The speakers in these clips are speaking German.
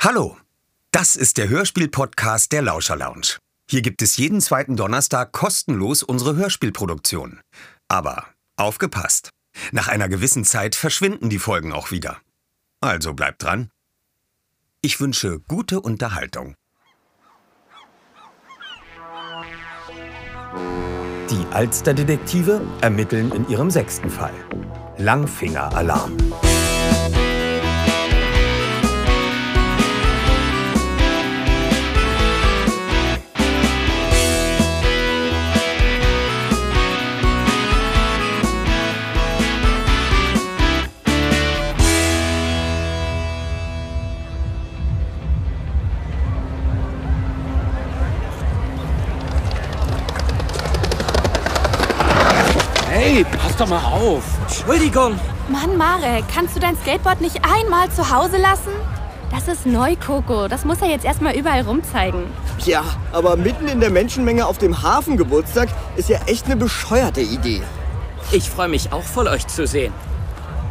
Hallo, das ist der Hörspiel-Podcast der Lauscher Lounge. Hier gibt es jeden zweiten Donnerstag kostenlos unsere Hörspielproduktion. Aber aufgepasst, nach einer gewissen Zeit verschwinden die Folgen auch wieder. Also bleibt dran. Ich wünsche gute Unterhaltung. Die Alsterdetektive ermitteln in ihrem sechsten Fall. Langfinger-Alarm. Hey, pass doch mal auf. Entschuldigung. Mann, Marek, kannst du dein Skateboard nicht einmal zu Hause lassen? Das ist neu, Coco. Das muss er jetzt erstmal überall rumzeigen. Ja, aber mitten in der Menschenmenge auf dem Hafengeburtstag ist ja echt eine bescheuerte Idee. Ich freue mich auch voll, euch zu sehen.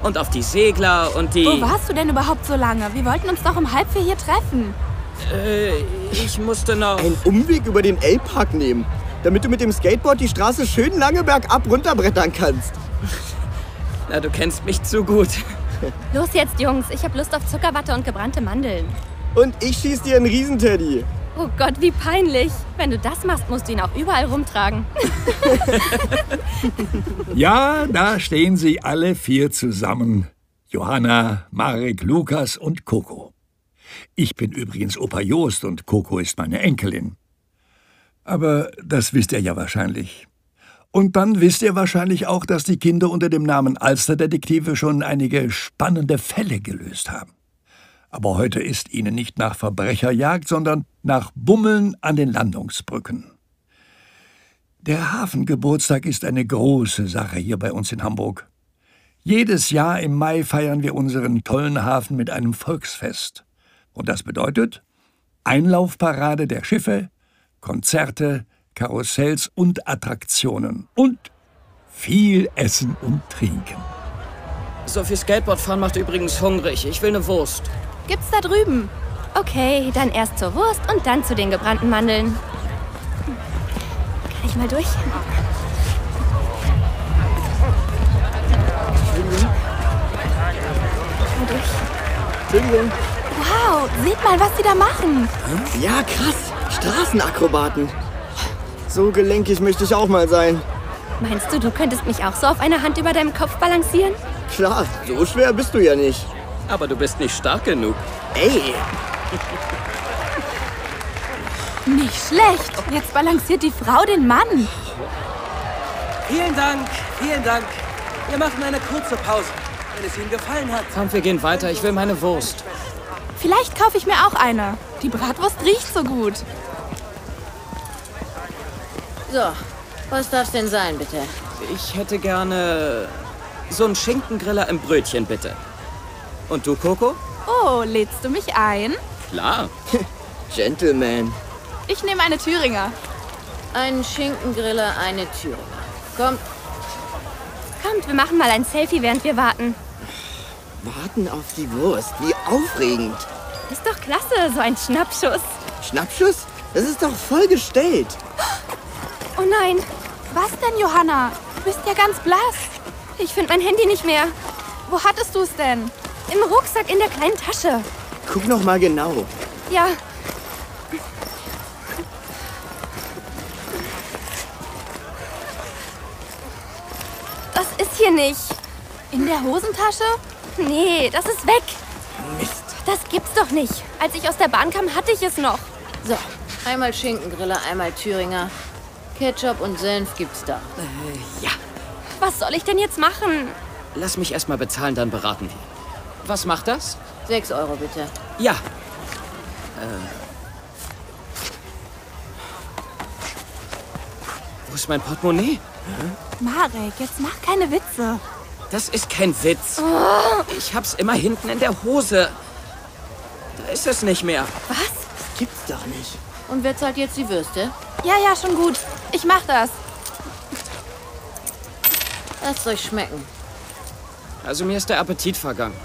Und auf die Segler und die... Oh, Wo warst du denn überhaupt so lange? Wir wollten uns doch um halb vier hier treffen. Äh, Ich musste noch... Einen Umweg über den Elbpark nehmen, damit du mit dem Skateboard die Straße schön lange bergab runterbrettern kannst. Na, du kennst mich zu gut. Los jetzt, Jungs. Ich hab Lust auf Zuckerwatte und gebrannte Mandeln. Und ich schieß dir einen Riesenteddy. Oh Gott, wie peinlich. Wenn du das machst, musst du ihn auch überall rumtragen. Ja, da stehen sie alle vier zusammen. Johanna, Marek, Lukas und Coco. Ich bin übrigens Opa Joost und Coco ist meine Enkelin. Aber das wisst ihr ja wahrscheinlich. Und dann wisst ihr wahrscheinlich auch, dass die Kinder unter dem Namen Alsterdetektive schon einige spannende Fälle gelöst haben. Aber heute ist ihnen nicht nach Verbrecherjagd, sondern nach Bummeln an den Landungsbrücken. Der Hafengeburtstag ist eine große Sache hier bei uns in Hamburg. Jedes Jahr im Mai feiern wir unseren tollen Hafen mit einem Volksfest. Und das bedeutet Einlaufparade der Schiffe, Konzerte, Karussells und Attraktionen und viel Essen und Trinken. So viel Skateboardfahren macht übrigens hungrig. Ich will eine Wurst. Gibt's da drüben? Okay, dann erst zur Wurst und dann zu den gebrannten Mandeln. Kann ich mal durch? Entschuldigung. Wow, seht mal, was die da machen. Hm? Ja, krass. Straßenakrobaten. So gelenkig möchte ich auch mal sein. Meinst du, du könntest mich auch so auf einer Hand über deinem Kopf balancieren? Klar, so schwer bist du ja nicht. Aber du bist nicht stark genug. Ey, Nicht schlecht. Jetzt balanciert die Frau den Mann. Vielen Dank, vielen Dank. Wir machen eine kurze Pause, wenn es Ihnen gefallen hat. Komm, wir gehen weiter. Ich will meine Wurst. Vielleicht kaufe ich mir auch eine. Die Bratwurst riecht so gut. So, was darf's denn sein, bitte? Ich hätte gerne so einen Schinkengriller im Brötchen, bitte. Und du, Coco? Oh, lädst du mich ein? Klar. Gentleman. Ich nehme eine Thüringer. Ein Schinkengriller, eine Tür. Kommt, Kommt, wir machen mal ein Selfie, während wir warten. Warten auf die Wurst. Wie aufregend. Ist doch klasse, so ein Schnappschuss. Schnappschuss? Das ist doch voll gestellt. Oh nein. Was denn, Johanna? Du bist ja ganz blass. Ich finde mein Handy nicht mehr. Wo hattest du es denn? Im Rucksack in der kleinen Tasche. Guck noch mal genau. Ja. Das ist hier nicht. In der Hosentasche? Nee, das ist weg. Mist. Das gibt's doch nicht. Als ich aus der Bahn kam, hatte ich es noch. so. Einmal Schinkengriller, einmal Thüringer. Ketchup und Senf gibt's da. Äh, Was soll ich denn jetzt machen? Lass mich erst mal bezahlen, dann beraten wir. Was macht das? Sechs Euro bitte. Ja. Äh. Wo ist mein Portemonnaie? Marek, jetzt mach keine Witze. Das ist kein Witz. Ich hab's immer hinten in der Hose. Da ist es nicht mehr. Was? Das gibt's doch nicht. Und wer zahlt jetzt die Würste? Ja, ja, schon gut. Ich mach das. Lasst euch schmecken. Also mir ist der Appetit vergangen.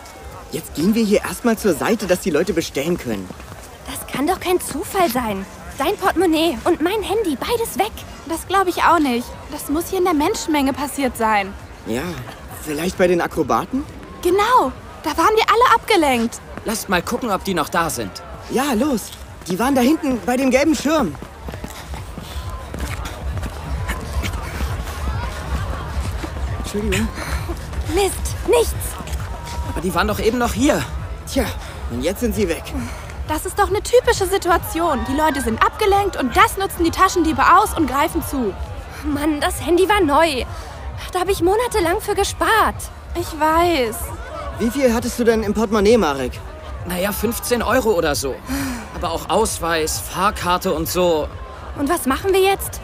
Jetzt gehen wir hier erstmal zur Seite, dass die Leute bestellen können. Das kann doch kein Zufall sein. Dein Portemonnaie und mein Handy, beides weg. Das glaube ich auch nicht. Das muss hier in der Menschenmenge passiert sein. Ja, vielleicht bei den Akrobaten? Genau, da waren wir alle abgelenkt. Lasst mal gucken, ob die noch da sind. Ja, los. Die waren da hinten bei dem gelben Schirm. Entschuldigung. Mist, nichts. Aber die waren doch eben noch hier. Tja, und jetzt sind sie weg. Das ist doch eine typische Situation. Die Leute sind abgelenkt und das nutzen die Taschendiebe aus und greifen zu. Mann, das Handy war neu. Da habe ich monatelang für gespart. Ich weiß. Wie viel hattest du denn im Portemonnaie, Marek? Naja, 15 Euro oder so. Aber auch Ausweis, Fahrkarte und so. Und was machen wir jetzt?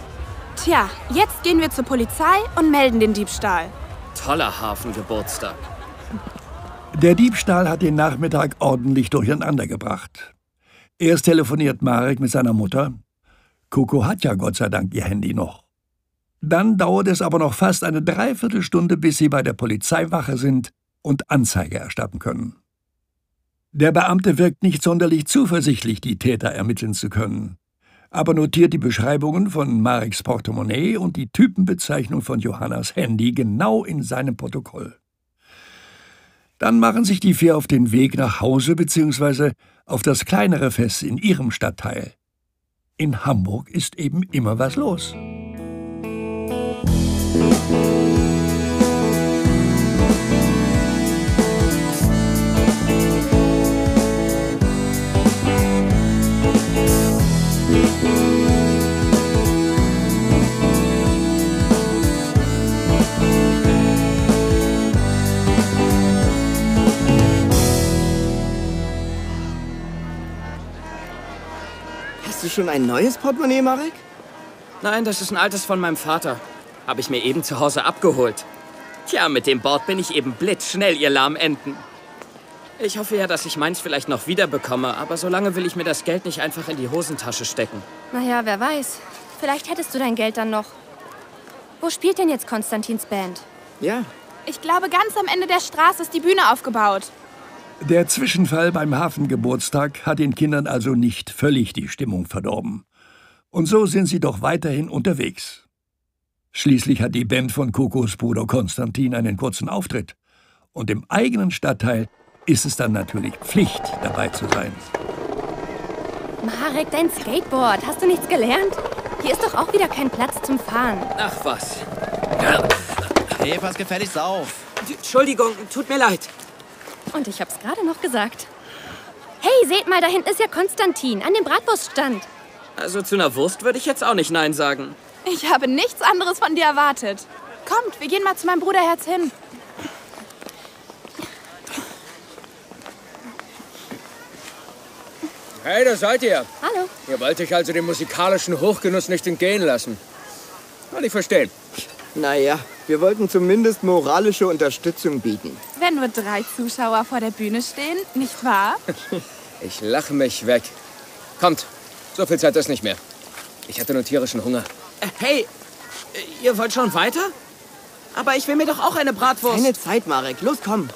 Tja, jetzt gehen wir zur Polizei und melden den Diebstahl. Toller Hafengeburtstag. Der Diebstahl hat den Nachmittag ordentlich durcheinander gebracht. Erst telefoniert Marek mit seiner Mutter. Coco hat ja Gott sei Dank ihr Handy noch. Dann dauert es aber noch fast eine Dreiviertelstunde, bis sie bei der Polizeiwache sind und Anzeige erstatten können. Der Beamte wirkt nicht sonderlich zuversichtlich, die Täter ermitteln zu können, aber notiert die Beschreibungen von Mareks Portemonnaie und die Typenbezeichnung von Johannas Handy genau in seinem Protokoll. Dann machen sich die vier auf den Weg nach Hause bzw. auf das kleinere Fest in ihrem Stadtteil. In Hamburg ist eben immer was los. Hast du schon ein neues Portemonnaie, Marek? Nein, das ist ein altes von meinem Vater. Habe ich mir eben zu Hause abgeholt. Tja, mit dem Board bin ich eben blitzschnell, ihr Lahmenten. Ich hoffe ja, dass ich meins vielleicht noch wiederbekomme, aber solange will ich mir das Geld nicht einfach in die Hosentasche stecken. Naja, wer weiß. Vielleicht hättest du dein Geld dann noch. Wo spielt denn jetzt Konstantins Band? Ja. Ich glaube, ganz am Ende der Straße ist die Bühne aufgebaut. Der Zwischenfall beim Hafengeburtstag hat den Kindern also nicht völlig die Stimmung verdorben. Und so sind sie doch weiterhin unterwegs. Schließlich hat die Band von Kokos Bruder Konstantin einen kurzen Auftritt. Und im eigenen Stadtteil ist es dann natürlich Pflicht, dabei zu sein. Marek, dein Skateboard. Hast du nichts gelernt? Hier ist doch auch wieder kein Platz zum Fahren. Ach was. Hey, pass gefälligst auf. Entschuldigung, tut mir leid. Und ich hab's gerade noch gesagt. Hey, seht mal, da hinten ist ja Konstantin an dem Bratwurststand. Also zu einer Wurst würde ich jetzt auch nicht Nein sagen. Ich habe nichts anderes von dir erwartet. Kommt, wir gehen mal zu meinem Bruderherz hin. Hey, da seid ihr. Hallo. Ihr wollt euch also den musikalischen Hochgenuss nicht entgehen lassen. Kann ich verstehen. Naja, wir wollten zumindest moralische Unterstützung bieten. Wenn nur drei Zuschauer vor der Bühne stehen, nicht wahr? Ich lache mich weg. Kommt, so viel Zeit ist nicht mehr. Ich hatte nur tierischen Hunger. Äh, Hey, äh, ihr wollt schon weiter? Aber ich will mir doch auch eine Bratwurst. Keine Zeit, Marek. Los, komm.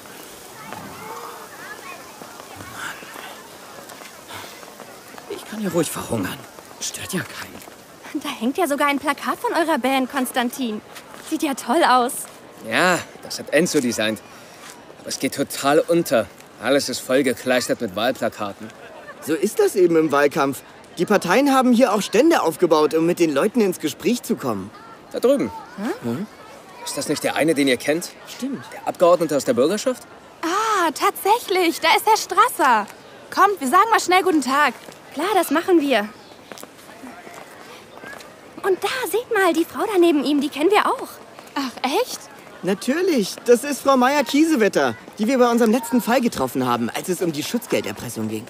Ich kann hier ruhig verhungern. Stört ja keinen. Da hängt ja sogar ein Plakat von eurer Band, Konstantin. Sieht ja toll aus. Ja, das hat Enzo designt. Aber es geht total unter. Alles ist vollgekleistert mit Wahlplakaten. So ist das eben im Wahlkampf. Die Parteien haben hier auch Stände aufgebaut, um mit den Leuten ins Gespräch zu kommen. Da drüben. Hm? Ist das nicht der eine, den ihr kennt? ne? Stimmt. Der Abgeordnete aus der Bürgerschaft? Ah, tatsächlich, da ist Herr Strasser. Kommt, wir sagen mal schnell guten Tag. Klar, das machen wir. Und da, seht mal, die Frau da neben ihm, die kennen wir auch. Ach, echt? Natürlich, das ist Frau Meier Kiesewetter, die wir bei unserem letzten Fall getroffen haben, als es um die Schutzgelderpressung ging.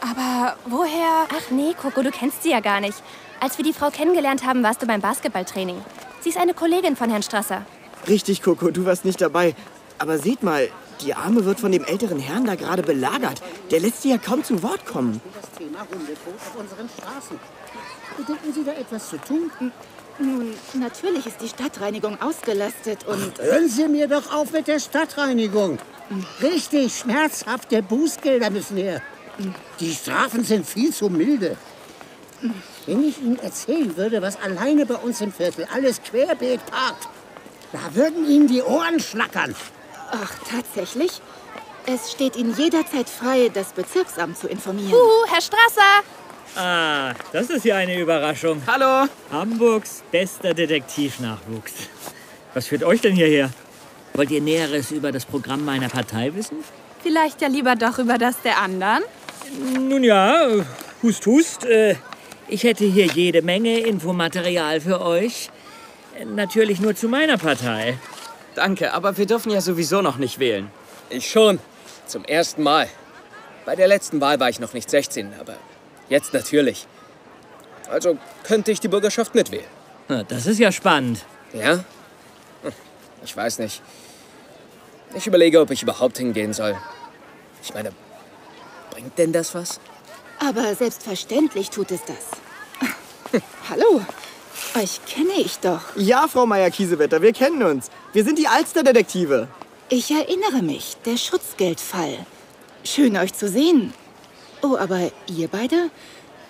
Aber woher? Ach nee, Coco, du kennst sie ja gar nicht. Als wir die Frau kennengelernt haben, warst du beim Basketballtraining. Sie ist eine Kollegin von Herrn Strasser. Richtig, Coco, du warst nicht dabei. Aber seht mal, die Arme wird von dem älteren Herrn da gerade belagert. Der lässt sie ja kaum zu Wort kommen. das Thema Hundekot auf unseren Straßen. Gedenken Sie da etwas zu tun? Hm, Nun, natürlich ist die Stadtreinigung ausgelastet und... Hören Sie mir doch auf mit der Stadtreinigung. Hm. Richtig schmerzhafte Bußgelder müssen her. Die Strafen sind viel zu milde. Wenn ich Ihnen erzählen würde, was alleine bei uns im Viertel alles querbeet parkt, da würden Ihnen die Ohren schlackern. Ach, tatsächlich? Es steht Ihnen jederzeit frei, das Bezirksamt zu informieren. Huhu, Herr Strasser! Ah, das ist ja eine Überraschung. Hallo. Hamburgs bester Detektivnachwuchs. Was führt euch denn hierher? Wollt ihr Näheres über das Programm meiner Partei wissen? Vielleicht ja lieber doch über das der anderen? Nun ja, äh, hust, hust. äh, Ich hätte hier jede Menge Infomaterial für euch. Äh, Natürlich nur zu meiner Partei. Danke, aber wir dürfen ja sowieso noch nicht wählen. Ich schon. Zum ersten Mal. Bei der letzten Wahl war ich noch nicht 16, aber jetzt natürlich. Also könnte ich die Bürgerschaft mitwählen. Na, Das ist ja spannend. Ja? Hm, Ich weiß nicht. Ich überlege, ob ich überhaupt hingehen soll. Ich meine, bringt denn das was? Aber selbstverständlich tut es das. Hallo, euch kenne ich doch. Ja, Frau Meier-Kiesewetter, wir kennen uns. Wir sind die Alsterdetektive. Ich erinnere mich, der Schutzgeldfall. Schön, euch zu sehen. Oh, aber ihr beide?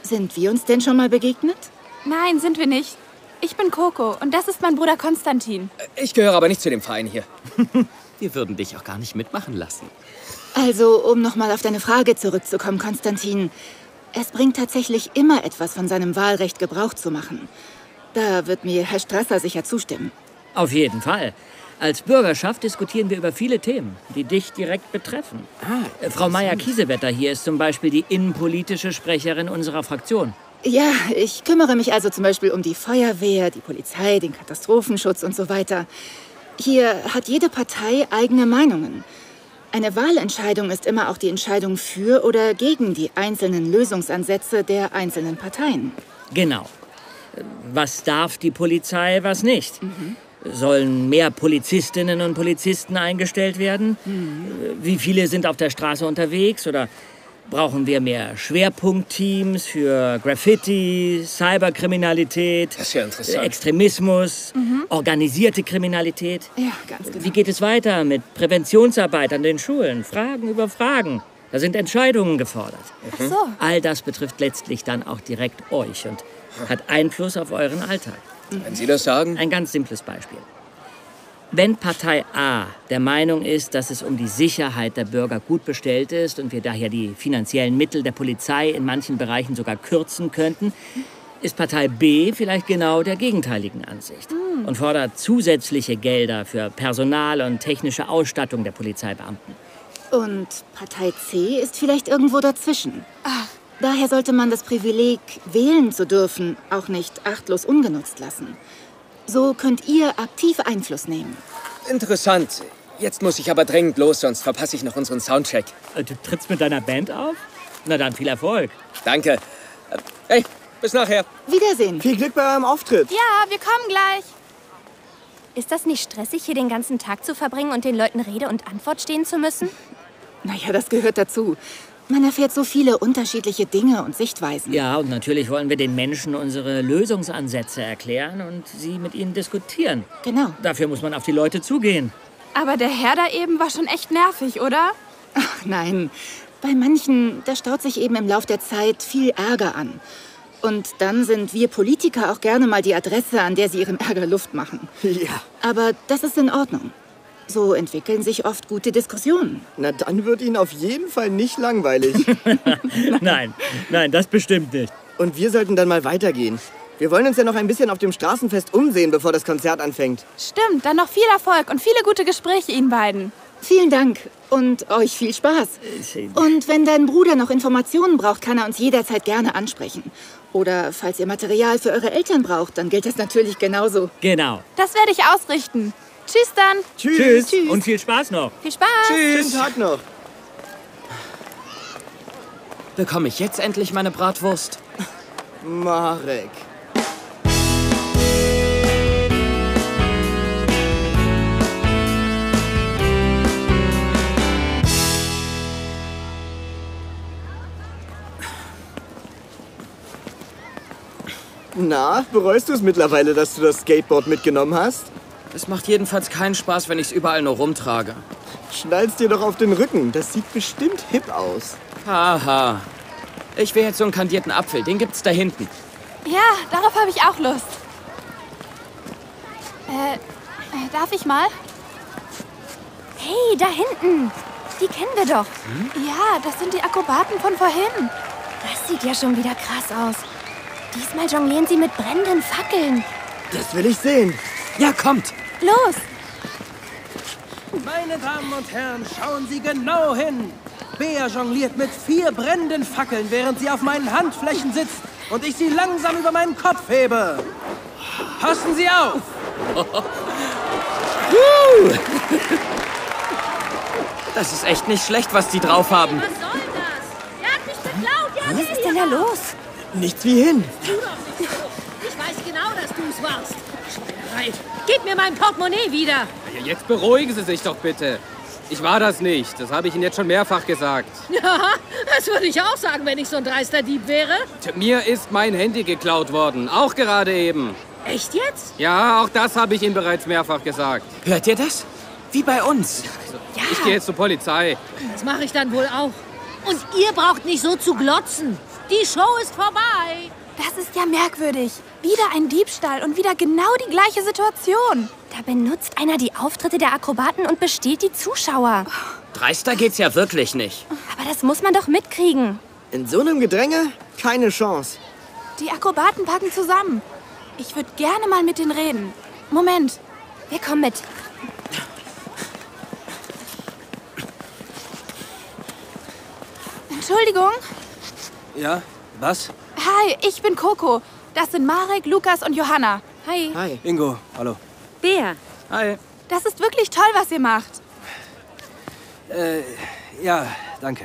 Sind wir uns denn schon mal begegnet? Nein, sind wir nicht. Ich bin Coco und das ist mein Bruder Konstantin. Ich gehöre aber nicht zu dem Verein hier. Wir würden dich auch gar nicht mitmachen lassen. Also, um nochmal auf deine Frage zurückzukommen, Konstantin. Es bringt tatsächlich immer etwas von seinem Wahlrecht Gebrauch zu machen. Da wird mir Herr Strasser sicher zustimmen. Auf jeden Fall. Als Bürgerschaft diskutieren wir über viele Themen, die dich direkt betreffen. Ah, Äh, Frau Meier-Kiesewetter hier ist zum Beispiel die innenpolitische Sprecherin unserer Fraktion. Ja, ich kümmere mich also zum Beispiel um die Feuerwehr, die Polizei, den Katastrophenschutz und so weiter. Hier hat jede Partei eigene Meinungen. Eine Wahlentscheidung ist immer auch die Entscheidung für oder gegen die einzelnen Lösungsansätze der einzelnen Parteien. Genau. Was darf die Polizei, was nicht? Mhm. Sollen mehr Polizistinnen und Polizisten eingestellt werden? Mhm. Äh, Wie viele sind auf der Straße unterwegs? Oder brauchen wir mehr Schwerpunktteams für Graffiti, Cyberkriminalität, Das ist ja interessant. Extremismus, Oh, organisierte Kriminalität? Hm? Ja, ganz genau. Wie geht es weiter mit Präventionsarbeit an den Schulen? Fragen über Fragen. Da sind Entscheidungen gefordert. Ach so. All das betrifft letztlich dann auch direkt euch und hat Einfluss auf euren Alltag. Wenn Sie das sagen. Ein ganz simples Beispiel. Wenn Partei A der Meinung ist, dass es um die Sicherheit der Bürger gut bestellt ist und wir daher die finanziellen Mittel der Polizei in manchen Bereichen sogar kürzen könnten, ist Partei B vielleicht genau der gegenteiligen Ansicht Hm. und fordert zusätzliche Gelder für Personal und technische Ausstattung der Polizeibeamten. Und Partei C ist vielleicht irgendwo dazwischen. Daher sollte man das Privileg, wählen zu dürfen, auch nicht achtlos ungenutzt lassen. So könnt ihr aktiv Einfluss nehmen. Interessant. Jetzt muss ich aber dringend los, sonst verpasse ich noch unseren Soundcheck. Äh, Du trittst mit deiner Band auf? Na dann viel Erfolg. Danke. Äh, Hey, bis nachher. Wiedersehen. Viel Glück bei eurem Auftritt. Ja, wir kommen gleich. Ist das nicht stressig, hier den ganzen Tag zu verbringen und den Leuten Rede und Antwort stehen zu müssen? Naja, das gehört dazu. Man erfährt so viele unterschiedliche Dinge und Sichtweisen. Ja, und natürlich wollen wir den Menschen unsere Lösungsansätze erklären und sie mit ihnen diskutieren. Genau. Dafür muss man auf die Leute zugehen. Aber der Herr da eben war schon echt nervig, oder? Ach nein, bei manchen, da staut sich eben im Lauf der Zeit viel Ärger an. Und dann sind wir Politiker auch gerne mal die Adresse, an der sie ihren Ärger Luft machen. Ja. Aber das ist in Ordnung. So entwickeln sich oft gute Diskussionen. Na, dann wird Ihnen auf jeden Fall nicht langweilig. Nein, nein, das bestimmt nicht. Und wir sollten dann mal weitergehen. Wir wollen uns ja noch ein bisschen auf dem Straßenfest umsehen, bevor das Konzert anfängt. Stimmt, dann noch viel Erfolg und viele gute Gespräche Ihnen beiden. Vielen Dank und euch viel Spaß. Und wenn dein Bruder noch Informationen braucht, kann er uns jederzeit gerne ansprechen. Oder falls ihr Material für eure Eltern braucht, dann gilt das natürlich genauso. Genau. Das werde ich ausrichten. Tschüss dann. Tschüss. Und viel Spaß noch. Viel Spaß. Schönen Tag noch. Bekomme ich jetzt endlich meine Bratwurst? Marek. Na, bereust du es mittlerweile, dass du das Skateboard mitgenommen hast? Es macht jedenfalls keinen Spaß, wenn ich es überall nur rumtrage. Schnall's dir doch auf den Rücken. Das sieht bestimmt hip aus. Haha. Ich will jetzt so einen kandierten Apfel. Den gibt's da hinten. Ja, darauf habe ich auch Lust. Äh, äh, darf ich mal? Hey, da hinten. Die kennen wir doch. Hm? Ja, das sind die Akrobaten von vorhin. Das sieht ja schon wieder krass aus. Diesmal jonglieren sie mit brennenden Fackeln. Das will ich sehen. Ja, kommt. Los! Meine Damen und Herren, schauen Sie genau hin. Bea jongliert mit vier brennenden Fackeln, während sie auf meinen Handflächen sitzt und ich sie langsam über meinen Kopf hebe. Passen Sie auf! Huh. Das ist echt nicht schlecht, was die drauf haben. Was ist denn da los? Nichts wie hin. Tu doch nicht so. Ich weiß genau, dass du es warst. Schweinerei. Gib mir mein Portemonnaie wieder. Ja, Jetzt beruhigen Sie sich doch bitte. Ich war das nicht. Das habe ich Ihnen jetzt schon mehrfach gesagt. Ja, das würde ich auch sagen, wenn ich so ein dreister Dieb wäre. T- Mir ist mein Handy geklaut worden. Auch gerade eben. Echt jetzt? Ja, auch das habe ich Ihnen bereits mehrfach gesagt. Hört ihr das? Wie bei uns. Ich gehe jetzt zur Polizei. Das mache ich dann wohl auch. Und ihr braucht nicht so zu glotzen. Die Show ist vorbei. Das ist ja merkwürdig. Wieder ein Diebstahl und wieder genau die gleiche Situation. Da benutzt einer die Auftritte der Akrobaten und besteht die Zuschauer. Dreister geht's ja wirklich nicht. Aber das muss man doch mitkriegen. In so einem Gedränge keine Chance. Die Akrobaten packen zusammen. Ich würde gerne mal mit denen reden. Moment, wir kommen mit. Entschuldigung. Ja, was? Hi, ich bin Coco. Das sind Marek, Lukas und Johanna. Hi. Hi. Ingo, hallo. Bea. Hi. Das ist wirklich toll, was ihr macht. Äh, ja, danke.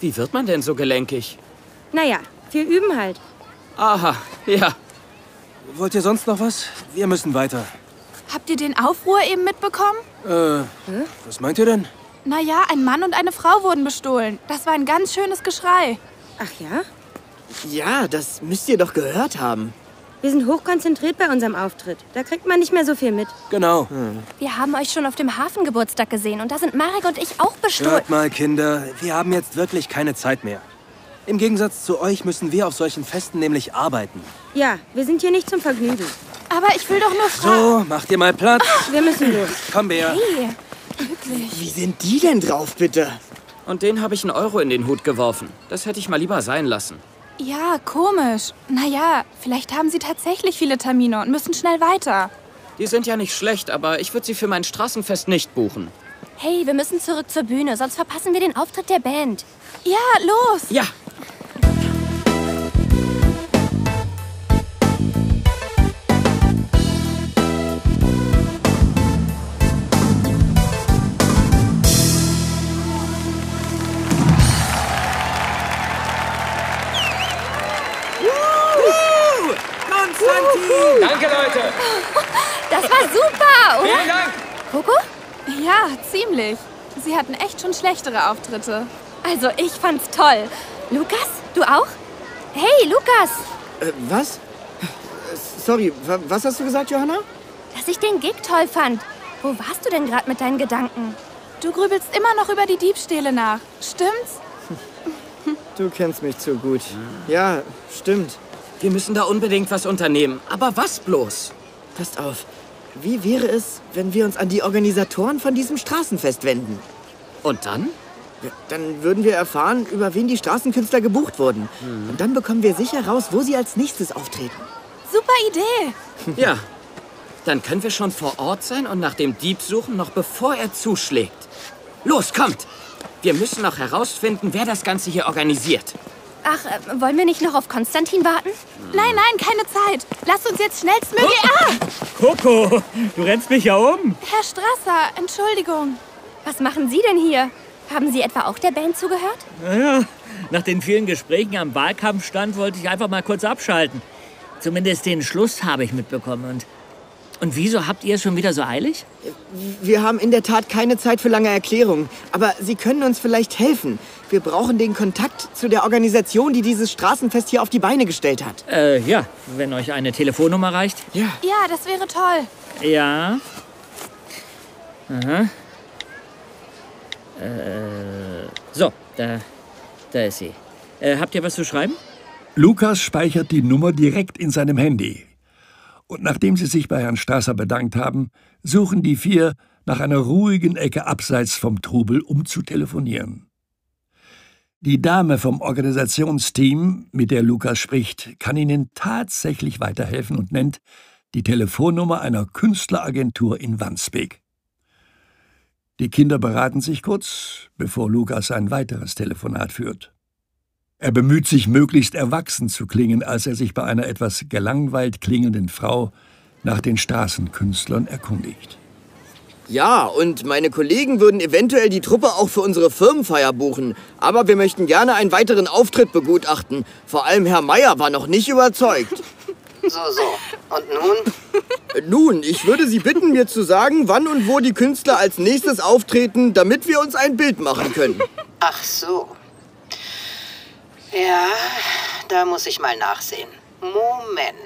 Wie wird man denn so gelenkig? Naja, wir üben halt. Aha, ja. Wollt ihr sonst noch was? Wir müssen weiter. Habt ihr den Aufruhr eben mitbekommen? Äh, Hm? was meint ihr denn? Naja, ein Mann und eine Frau wurden bestohlen. Das war ein ganz schönes Geschrei. Ach ja? Ja, das müsst ihr doch gehört haben. Wir sind hochkonzentriert bei unserem Auftritt. Da kriegt man nicht mehr so viel mit. Genau. Hm. Wir haben euch schon auf dem Hafengeburtstag gesehen und da sind Marek und ich auch bestohlen. Hört mal, Kinder, wir haben jetzt wirklich keine Zeit mehr. Im Gegensatz zu euch müssen wir auf solchen Festen nämlich arbeiten. Ja, wir sind hier nicht zum Vergnügen. Aber ich will doch nur So, macht ihr mal Platz. Wir müssen los. Komm, Bea. Hey, Wie sind die denn drauf, bitte? Und den habe ich einen Euro in den Hut geworfen. Das hätte ich mal lieber sein lassen. Ja, komisch. Naja, vielleicht haben sie tatsächlich viele Termine und müssen schnell weiter. Die sind ja nicht schlecht, aber ich würde sie für mein Straßenfest nicht buchen. Hey, wir müssen zurück zur Bühne, sonst verpassen wir den Auftritt der Band. Ja, los! Ja, Konstantin! Danke, Leute! Das war super, oder? Vielen Dank. Coco? Ja, ziemlich. Sie hatten echt schon schlechtere Auftritte. Also, ich fand's toll. Lukas, du auch? Hey, Lukas, Äh, was? Sorry, wa- was hast du gesagt, Johanna? dass ich den Gig toll fand. Wo warst du denn gerade mit deinen Gedanken? Du grübelst immer noch über die Diebstähle nach, stimmt's? Du kennst mich zu gut. Ja, stimmt. Wir müssen da unbedingt was unternehmen. Aber was bloß? Passt auf. Wie wäre es, wenn wir uns an die Organisatoren von diesem Straßenfest wenden? Und dann? Dann würden wir erfahren, über wen die Straßenkünstler gebucht wurden. Mhm. Und dann bekommen wir sicher raus, wo sie als nächstes auftreten. Super Idee. Ja. Dann können wir schon vor Ort sein und nach dem Dieb suchen, noch bevor er zuschlägt. Los, kommt! Wir müssen noch herausfinden, wer das Ganze hier organisiert. Ach, äh, wollen wir nicht noch auf Konstantin warten? Nein, nein, keine Zeit. Lasst uns jetzt schnellstmöglich... Ah! Coco, du rennst mich ja um. Herr Strasser, Entschuldigung. Was machen Sie denn hier? Haben Sie etwa auch der Band zugehört? Naja, nach den vielen Gesprächen am Wahlkampfstand wollte ich einfach mal kurz abschalten. Zumindest den Schluss habe ich mitbekommen. Und, und wieso habt ihr es schon wieder so eilig? Wir haben in der Tat keine Zeit für lange Erklärungen, aber Sie können uns vielleicht helfen. Wir brauchen den Kontakt zu der Organisation, die dieses Straßenfest hier auf die Beine gestellt hat. Äh, ja, wenn euch eine Telefonnummer reicht. Ja. Ja, das wäre toll. Ja. Aha. Äh, so, da, da ist sie. Äh, habt ihr was zu schreiben? Lukas speichert die Nummer direkt in seinem Handy. Und nachdem sie sich bei Herrn Strasser bedankt haben, suchen die vier nach einer ruhigen Ecke abseits vom Trubel, um zu telefonieren. Die Dame vom Organisationsteam, mit der Lukas spricht, kann ihnen tatsächlich weiterhelfen und nennt die Telefonnummer einer Künstleragentur in Wandsbek. Die Kinder beraten sich kurz, bevor Lukas ein weiteres Telefonat führt. Er bemüht sich, möglichst erwachsen zu klingen, als er sich bei einer etwas gelangweilt klingenden Frau nach den Straßenkünstlern erkundigt. Ja, und meine Kollegen würden eventuell die Truppe auch für unsere Firmenfeier buchen. Aber wir möchten gerne einen weiteren Auftritt begutachten. Vor allem Herr Meier war noch nicht überzeugt. So, Hm. so. Und nun? Nun, ich würde Sie bitten, mir zu sagen, wann und wo die Künstler als nächstes auftreten, damit wir uns ein Bild machen können. Ach so. Ja, da muss ich mal nachsehen. Moment.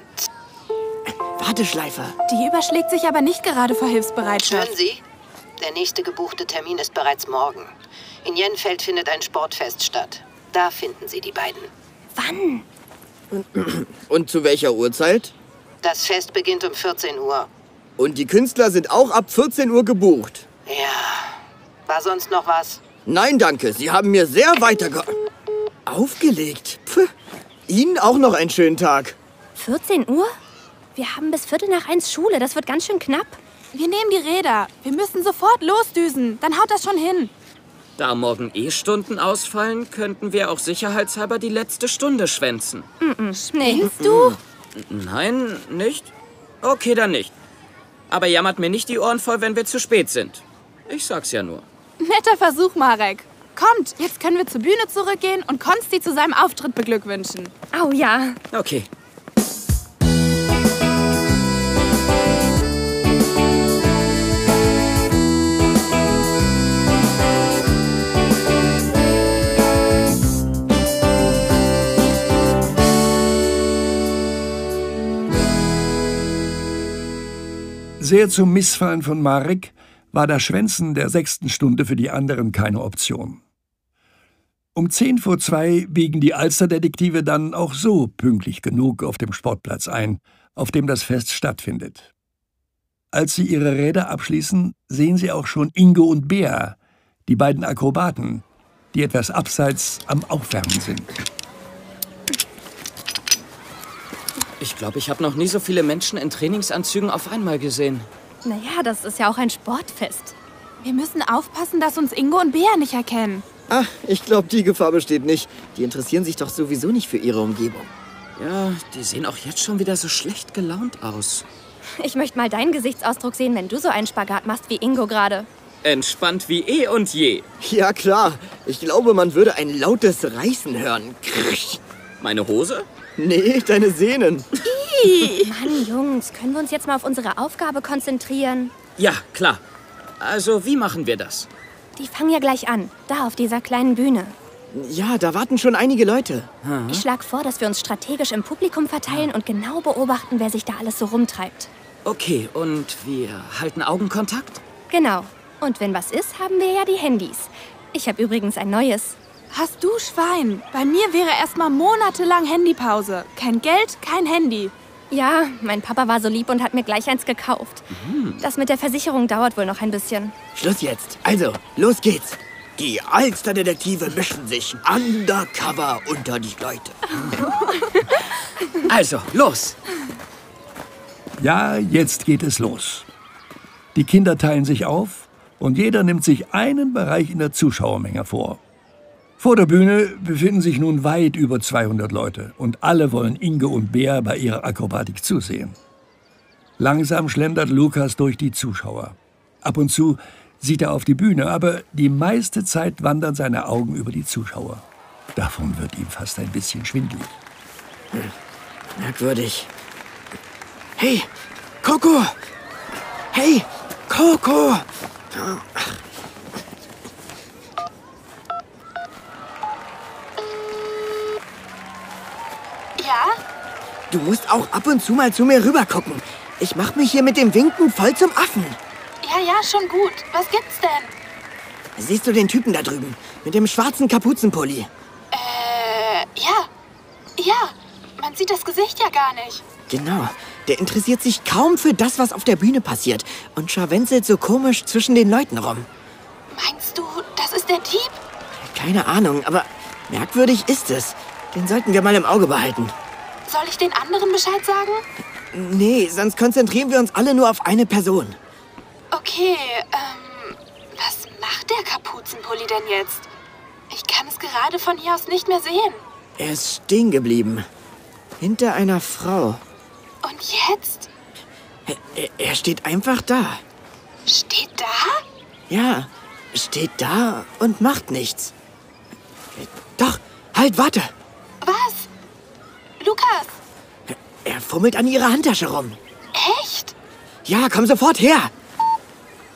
Warteschleife. Die überschlägt sich aber nicht gerade vor Hilfsbereitschaft. Hören Sie? Der nächste gebuchte Termin ist bereits morgen. In Jenfeld findet ein Sportfest statt. Da finden Sie die beiden. Wann? Und zu welcher Uhrzeit? Das Fest beginnt um 14 Uhr. Und die Künstler sind auch ab 14 Uhr gebucht. Ja. War sonst noch was? Nein, danke. Sie haben mir sehr weiterge... Aufgelegt. Pff. Ihnen auch noch einen schönen Tag. 14 Uhr? Wir haben bis Viertel nach eins Schule. Das wird ganz schön knapp. Wir nehmen die Räder. Wir müssen sofort losdüsen. Dann haut das schon hin. Da morgen eh Stunden ausfallen, könnten wir auch sicherheitshalber die letzte Stunde schwänzen. Hm, Spinnst du? Nein, nicht? Okay, dann nicht. Aber jammert mir nicht die Ohren voll, wenn wir zu spät sind. Ich sag's ja nur. Netter Versuch, Marek. Kommt, jetzt können wir zur Bühne zurückgehen und Konsti zu seinem Auftritt beglückwünschen. Au ja. Okay. Sehr zum Missfallen von Marek war das Schwänzen der sechsten Stunde für die anderen keine Option. Um zehn vor zwei biegen die Alsterdetektive dann auch so pünktlich genug auf dem Sportplatz ein, auf dem das Fest stattfindet. Als sie ihre Räder abschließen, sehen sie auch schon Ingo und Bea, die beiden Akrobaten, die etwas abseits am Aufwärmen sind. Ich glaube, ich habe noch nie so viele Menschen in Trainingsanzügen auf einmal gesehen. Naja, das ist ja auch ein Sportfest. Wir müssen aufpassen, dass uns Ingo und Bea nicht erkennen. Ah, ich glaube, die Gefahr besteht nicht. Die interessieren sich doch sowieso nicht für ihre Umgebung. Ja, die sehen auch jetzt schon wieder so schlecht gelaunt aus. Ich möchte mal deinen Gesichtsausdruck sehen, wenn du so einen Spagat machst wie Ingo gerade. Entspannt wie eh und je. Ja, klar. Ich glaube, man würde ein lautes Reißen hören. Meine Hose? Nee, deine Sehnen. Mann, Jungs, können wir uns jetzt mal auf unsere Aufgabe konzentrieren? Ja, klar. Also, wie machen wir das? Die fangen ja gleich an, da auf dieser kleinen Bühne. Ja, da warten schon einige Leute. Hm? Ich schlage vor, dass wir uns strategisch im Publikum verteilen und genau beobachten, wer sich da alles so rumtreibt. Okay, und wir halten Augenkontakt? Genau. Und wenn was ist, haben wir ja die Handys. Ich habe übrigens ein neues. Hast du Schwein? Bei mir wäre erstmal monatelang Handypause. Kein Geld, kein Handy. Ja, mein Papa war so lieb und hat mir gleich eins gekauft. Mhm. Hm. Das mit der Versicherung dauert wohl noch ein bisschen. Schluss jetzt. Also, los geht's. Die Alsterdetektive mischen sich undercover unter die Leute. Also, los! Ja, jetzt geht es los. Die Kinder teilen sich auf und jeder nimmt sich einen Bereich in der Zuschauermenge vor. Vor der Bühne befinden sich nun weit über 200 Leute und alle wollen Inge und Bea bei ihrer Akrobatik zusehen. Langsam schlendert Lukas durch die Zuschauer. Ab und zu sieht er auf die Bühne, aber die meiste Zeit wandern seine Augen über die Zuschauer. Davon wird ihm fast ein bisschen schwindelig. Merkwürdig. Hey, Coco! Hey, Coco! Ja? Du musst auch ab und zu mal zu mir rübergucken. Ich mach mich hier mit dem Winken voll zum Affen. Ja, ja, schon gut. Was gibt's denn? Siehst du den Typen da drüben? Mit dem schwarzen Kapuzenpulli. Äh, ja. Ja, man sieht das Gesicht ja gar nicht. Genau. Der interessiert sich kaum für das, was auf der Bühne passiert. Und scharwenzelt so komisch zwischen den Leuten rum. Meinst du, das ist der Dieb? Keine Ahnung, aber merkwürdig ist es. Den sollten wir mal im Auge behalten. Soll ich den anderen Bescheid sagen? Nee, sonst konzentrieren wir uns alle nur auf eine Person. Okay, ähm, was macht der Kapuzenpulli denn jetzt? Ich kann es gerade von hier aus nicht mehr sehen. Er ist stehen geblieben. Hinter einer Frau. Und jetzt? Er, er steht einfach da. Steht da? Ja, steht da und macht nichts. Doch, halt, warte. Was? Lukas, Er fummelt an ihrer Handtasche rum. echt? Ja, komm sofort her.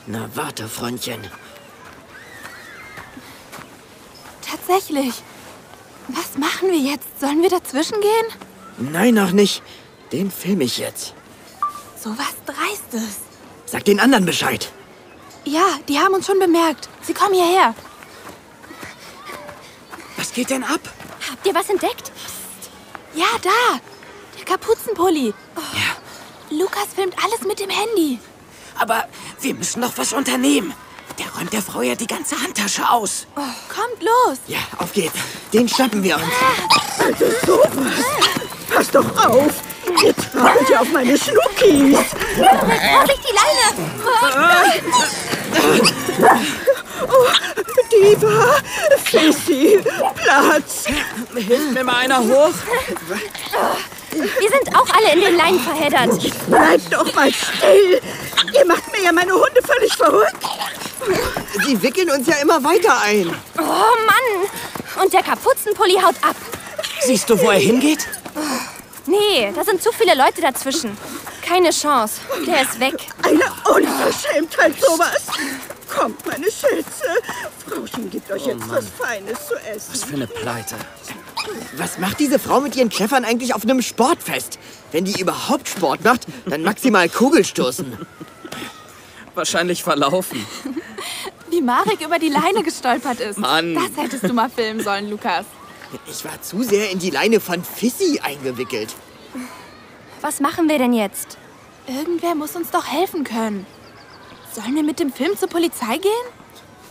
Na, warte, Freundchen. Tatsächlich. Was machen wir jetzt? Sollen wir dazwischen gehen? Nein, noch nicht. Den film ich jetzt. So was Dreistes. Sag den anderen Bescheid. Ja, die haben uns schon bemerkt. Sie kommen hierher. Was geht denn ab? Habt ihr was entdeckt? Ja, da. Der Kapuzenpulli. Oh. Lukas filmt alles mit dem Handy. Aber wir müssen noch was unternehmen. Der räumt der Frau ja die ganze Handtasche aus. Oh. Kommt los. Ja, auf geht's. Den schnappen wir uns. Also sowas. Pass doch auf. Ihr trampelt ja auf meine Schnuckis. Vorsicht, die Ah! Leine! Oh, Diva, Fissy, Platz. Hilft mir mal einer hoch. Äh, Wir sind auch alle in den Leinen verheddert. Bleibt doch mal still. Ihr macht mir ja meine Hunde völlig verrückt. Sie wickeln uns ja immer weiter ein. Oh Mann! Und der Kapuzenpulli haut ab. Siehst du, wo er hingeht? Nee, da sind zu viele Leute dazwischen. Keine Chance. Der ist weg. Eine Unverschämtheit, sowas. Kommt, meine Schätze. Frauchen gibt Oh, euch jetzt was Feines zu essen. Was für eine Pleite. Was macht diese Frau mit ihren Treffern eigentlich auf einem Sportfest? Wenn die überhaupt Sport macht, dann maximal Kugelstoßen. Wahrscheinlich verlaufen. Wie Marek über die Leine gestolpert ist. Mann. Das hättest du mal filmen sollen, Lukas. Ich war zu sehr in die Leine von Fissy eingewickelt. Was machen wir denn jetzt? Irgendwer muss uns doch helfen können. Sollen wir mit dem Film zur Polizei gehen?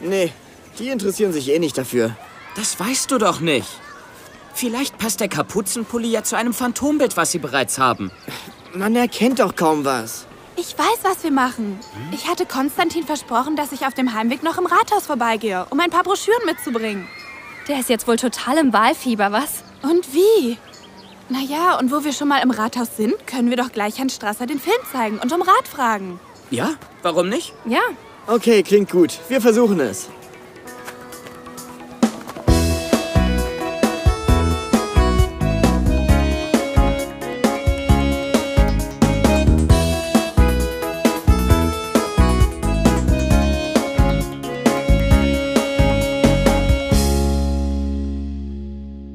Nee, die interessieren sich eh nicht dafür. Das weißt du doch nicht. Vielleicht passt der Kapuzenpulli ja zu einem Phantombild, was sie bereits haben. Man erkennt doch kaum was. Ich weiß, was wir machen. Ich hatte Konstantin versprochen, dass ich auf dem Heimweg noch im Rathaus vorbeigehe, um ein paar Broschüren mitzubringen. Der ist jetzt wohl total im Wahlfieber, was? Und wie? Naja, und wo wir schon mal im Rathaus sind, können wir doch gleich Herrn Strasser den Film zeigen und um Rat fragen. Ja? Warum nicht? Ja. Okay, klingt gut. Wir versuchen es.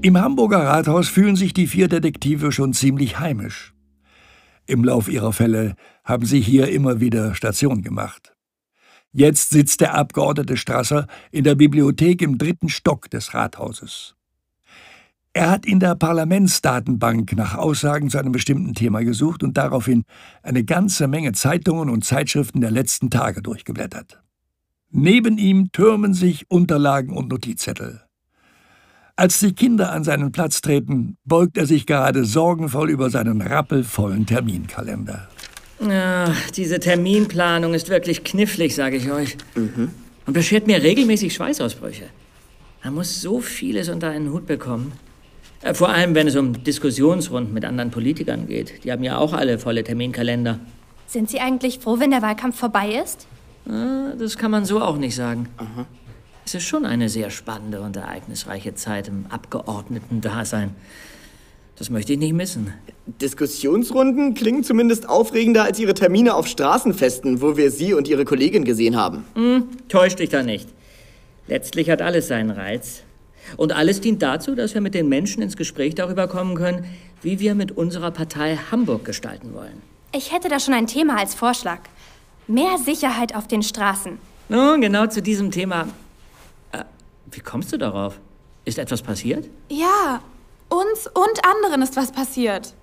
Im Hamburger Rathaus fühlen sich die vier Detektive schon ziemlich heimisch. Im Lauf ihrer Fälle haben sie hier immer wieder Station gemacht. Jetzt sitzt der Abgeordnete Strasser in der Bibliothek im dritten Stock des Rathauses. Er hat in der Parlamentsdatenbank nach Aussagen zu einem bestimmten Thema gesucht und daraufhin eine ganze Menge Zeitungen und Zeitschriften der letzten Tage durchgeblättert. Neben ihm türmen sich Unterlagen und Notizzettel. Als die Kinder an seinen Platz treten, beugt er sich gerade sorgenvoll über seinen rappelvollen Terminkalender. Ach, Ah, diese Terminplanung ist wirklich knifflig, sage ich euch. Und beschert mir regelmäßig Schweißausbrüche. Man muss so vieles unter einen Hut bekommen. Äh, Vor allem, wenn es um Diskussionsrunden mit anderen Politikern geht. Die haben ja auch alle volle Terminkalender. Sind Sie eigentlich froh, wenn der Wahlkampf vorbei ist? Ah, Das kann man so auch nicht sagen. Es ist schon eine sehr spannende und ereignisreiche Zeit im Abgeordneten-Dasein. Das möchte ich nicht missen. Diskussionsrunden klingen zumindest aufregender als ihre Termine auf Straßenfesten, wo wir sie und ihre Kollegin gesehen haben. Hm, täusch dich da nicht. Letztlich hat alles seinen Reiz. Und alles dient dazu, dass wir mit den Menschen ins Gespräch darüber kommen können, wie wir mit unserer Partei Hamburg gestalten wollen. Ich hätte da schon ein Thema als Vorschlag. Mehr Sicherheit auf den Straßen. Nun, genau zu diesem Thema. Äh, wie kommst du darauf? Ist etwas passiert? Ja, uns und anderen ist was passiert.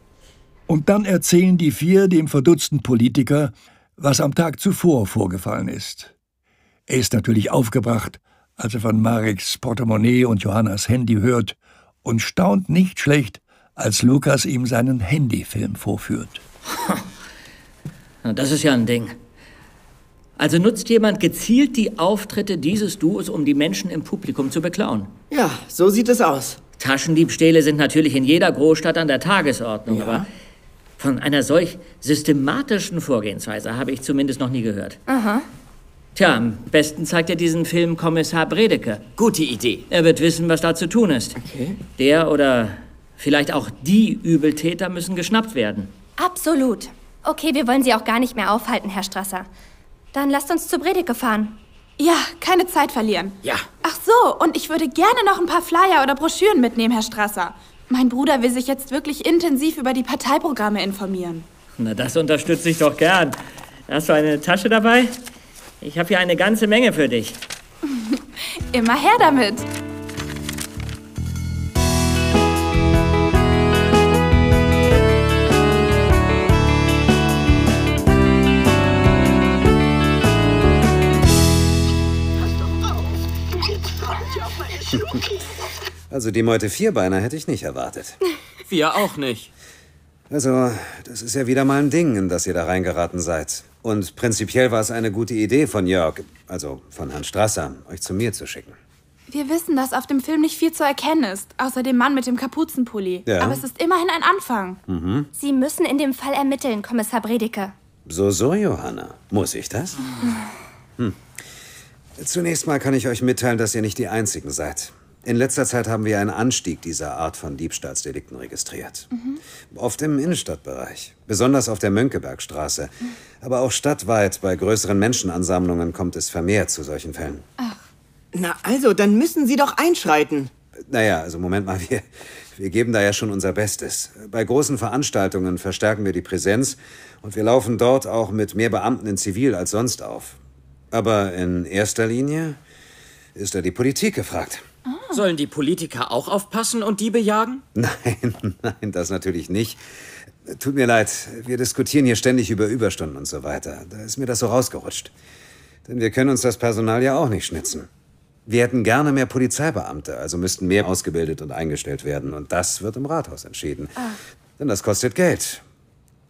Und dann erzählen die vier dem verdutzten Politiker, was am Tag zuvor vorgefallen ist. Er ist natürlich aufgebracht, als er von Mareks Portemonnaie und Johannas Handy hört und staunt nicht schlecht, als Lukas ihm seinen Handyfilm vorführt. Na, das ist ja ein Ding. Also nutzt jemand gezielt die Auftritte dieses Duos, um die Menschen im Publikum zu beklauen. Ja, so sieht es aus. Taschendiebstähle sind natürlich in jeder Großstadt an der Tagesordnung, aber von einer solch systematischen Vorgehensweise habe ich zumindest noch nie gehört. Aha. Tja, am besten zeigt er diesen Film Kommissar Bredeke. Gute Idee. Er wird wissen, was da zu tun ist. Okay. Der oder vielleicht auch die Übeltäter müssen geschnappt werden. Absolut. Okay, wir wollen Sie auch gar nicht mehr aufhalten, Herr Strasser. Dann lasst uns zu Bredeke fahren. Ja, keine Zeit verlieren. Ja. Ach so, und ich würde gerne noch ein paar Flyer oder Broschüren mitnehmen, Herr Strasser. Mein Bruder will sich jetzt wirklich intensiv über die Parteiprogramme informieren. Na, das unterstütze ich doch gern. Hast du eine Tasche dabei? Ich habe hier eine ganze Menge für dich. Immer her damit. Also die Meute Vierbeiner hätte ich nicht erwartet. Wir auch nicht. Also, das ist ja wieder mal ein Ding, in das ihr da reingeraten seid. Und prinzipiell war es eine gute Idee von Jörg, also von Herrn Strasser, euch zu mir zu schicken. Wir wissen, dass auf dem Film nicht viel zu erkennen ist, außer dem Mann mit dem Kapuzenpulli. Ja. Aber es ist immerhin ein Anfang. Mhm. Sie müssen in dem Fall ermitteln, Kommissar Bredeke. So, so, Johanna. Muss ich das? Hm. Zunächst mal kann ich euch mitteilen, dass ihr nicht die Einzigen seid. In letzter Zeit haben wir einen Anstieg dieser Art von Diebstahlsdelikten registriert. Mhm, Oft im Innenstadtbereich, besonders auf der Mönckebergstraße. Aber auch stadtweit bei größeren Menschenansammlungen kommt es vermehrt zu solchen Fällen. Na also, dann müssen Sie doch einschreiten. Naja, also Moment mal, wir, wir geben da ja schon unser Bestes. Bei großen Veranstaltungen verstärken wir die Präsenz und wir laufen dort auch mit mehr Beamten in Zivil als sonst auf. Aber in erster Linie ist da die Politik gefragt. Sollen die Politiker auch aufpassen und Diebe jagen? Nein, nein, das natürlich nicht. Tut mir leid, wir diskutieren hier ständig über Überstunden und so weiter. Da ist mir das so rausgerutscht. Denn wir können uns das Personal ja auch nicht schnitzen. Wir hätten gerne mehr Polizeibeamte, also müssten mehr ausgebildet und eingestellt werden. Und das wird im Rathaus entschieden. Denn das kostet Geld.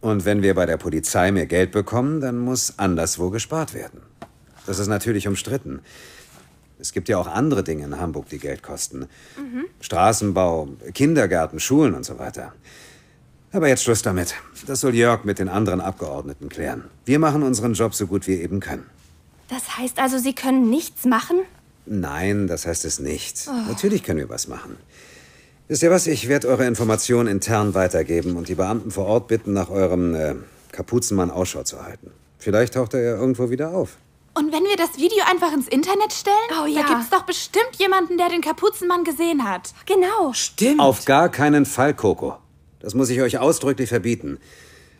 Und wenn wir bei der Polizei mehr Geld bekommen, dann muss anderswo gespart werden. Das ist natürlich umstritten. Es gibt ja auch andere Dinge in Hamburg, die Geld kosten. Straßenbau, Kindergärten, Schulen und so weiter. Aber jetzt Schluss damit. Das soll Jörg mit den anderen Abgeordneten klären. Wir machen unseren Job so gut wir eben können. Das heißt also, Sie können nichts machen? Nein, das heißt es nicht. Oh. Natürlich können wir was machen. Wisst ihr was? Ich werde eure Informationen intern weitergeben und die Beamten vor Ort bitten, nach eurem äh, Kapuzenmann Ausschau zu halten. Vielleicht taucht er ja irgendwo wieder auf. Und wenn wir das Video einfach ins Internet stellen? Oh ja. Da gibt's doch bestimmt jemanden, der den Kapuzenmann gesehen hat. Oh, Genau. Stimmt. Auf gar keinen Fall, Coco. Das muss ich euch ausdrücklich verbieten.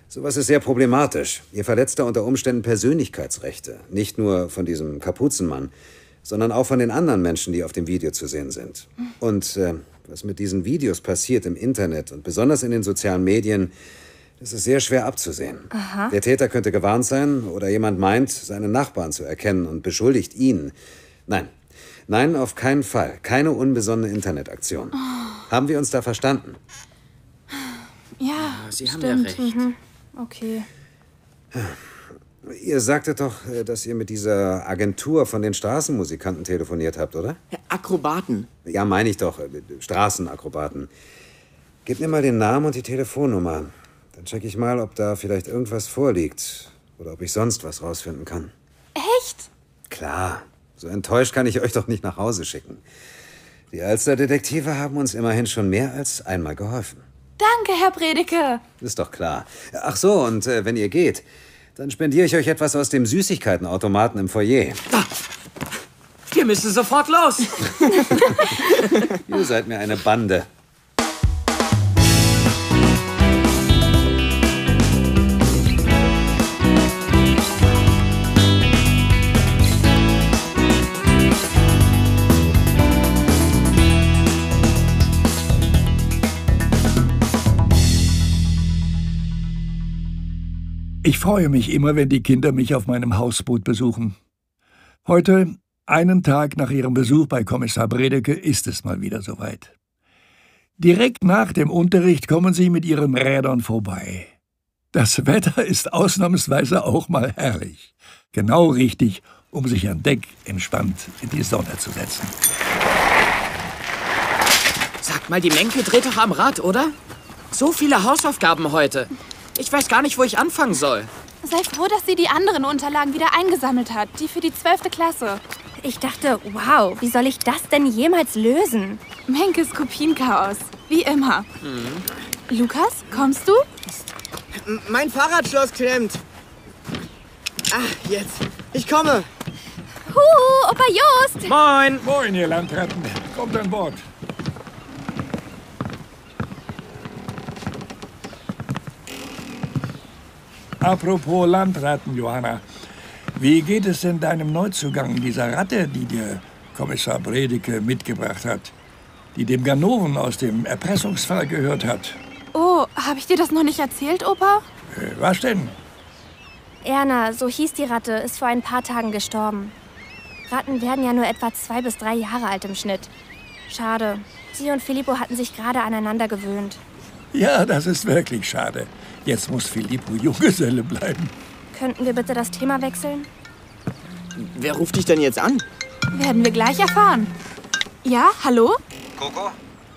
Sowas ist sehr problematisch. Ihr verletzt da unter Umständen Persönlichkeitsrechte. Nicht nur von diesem Kapuzenmann, sondern auch von den anderen Menschen, die auf dem Video zu sehen sind. Und äh, was mit diesen Videos passiert im Internet und besonders in den sozialen Medien, das ist sehr schwer abzusehen. Aha. Der Täter könnte gewarnt sein oder jemand meint, seinen Nachbarn zu erkennen und beschuldigt ihn. Nein, nein, auf keinen Fall. Keine unbesonnene Internetaktion. Oh. Haben wir uns da verstanden? Ja, Sie stimmt. haben ja recht. Mhm. Okay. Ihr sagtet doch, äh, dass ihr mit dieser Agentur von den Straßenmusikanten telefoniert habt, oder? Akrobaten. Ja, meine ich doch. äh, Straßenakrobaten. Gebt mir mal den Namen und die Telefonnummer. Dann checke ich mal, ob da vielleicht irgendwas vorliegt. Oder ob ich sonst was rausfinden kann. Echt? Klar, so enttäuscht kann ich euch doch nicht nach Hause schicken. Die Alster-Detektive haben uns immerhin schon mehr als einmal geholfen. Danke, Herr Bredeke. Ist doch klar. Ach so, und äh, wenn ihr geht, dann spendiere ich euch etwas aus dem Süßigkeitenautomaten im Foyer. Wir müssen sofort los. Ihr seid mir eine Bande. Ich freue mich immer, wenn die Kinder mich auf meinem Hausboot besuchen. Heute, einen Tag nach ihrem Besuch bei Kommissar Bredeke, ist es mal wieder soweit. Direkt nach dem Unterricht kommen sie mit ihren Rädern vorbei. Das Wetter ist ausnahmsweise auch mal herrlich. Genau richtig, um sich an Deck entspannt in die Sonne zu setzen. Sag mal, die Menke dreht doch am Rad, oder? So viele Hausaufgaben heute. Ich weiß gar nicht, wo ich anfangen soll. Sei froh, dass sie die anderen Unterlagen wieder eingesammelt hat, die für die 12. Klasse. Ich dachte, wow, wie soll ich das denn jemals lösen? Menkes Kopienchaos, wie immer. mhm. Lukas, kommst du? M- Mein Fahrradschloss klemmt. Ah, jetzt. Ich komme. Huhu, Opa Jost! Moin! Moin, ihr Landratten. Kommt an Bord. Apropos Landratten, Johanna. Wie geht es denn deinem Neuzugang, dieser Ratte, die dir Kommissar Bredeke mitgebracht hat? Die dem Ganoven aus dem Erpressungsfall gehört hat. Oh, habe ich dir das noch nicht erzählt, Opa? Äh, Was denn? Erna, so hieß die Ratte, ist vor ein paar Tagen gestorben. Ratten werden ja nur etwa zwei bis drei Jahre alt im Schnitt. Schade. Sie und Filippo hatten sich gerade aneinander gewöhnt. Ja, das ist wirklich schade. Jetzt muss Filippo Junggeselle bleiben. Könnten wir bitte das Thema wechseln? Wer ruft dich denn jetzt an? Werden wir gleich erfahren. Ja, hallo? Coco,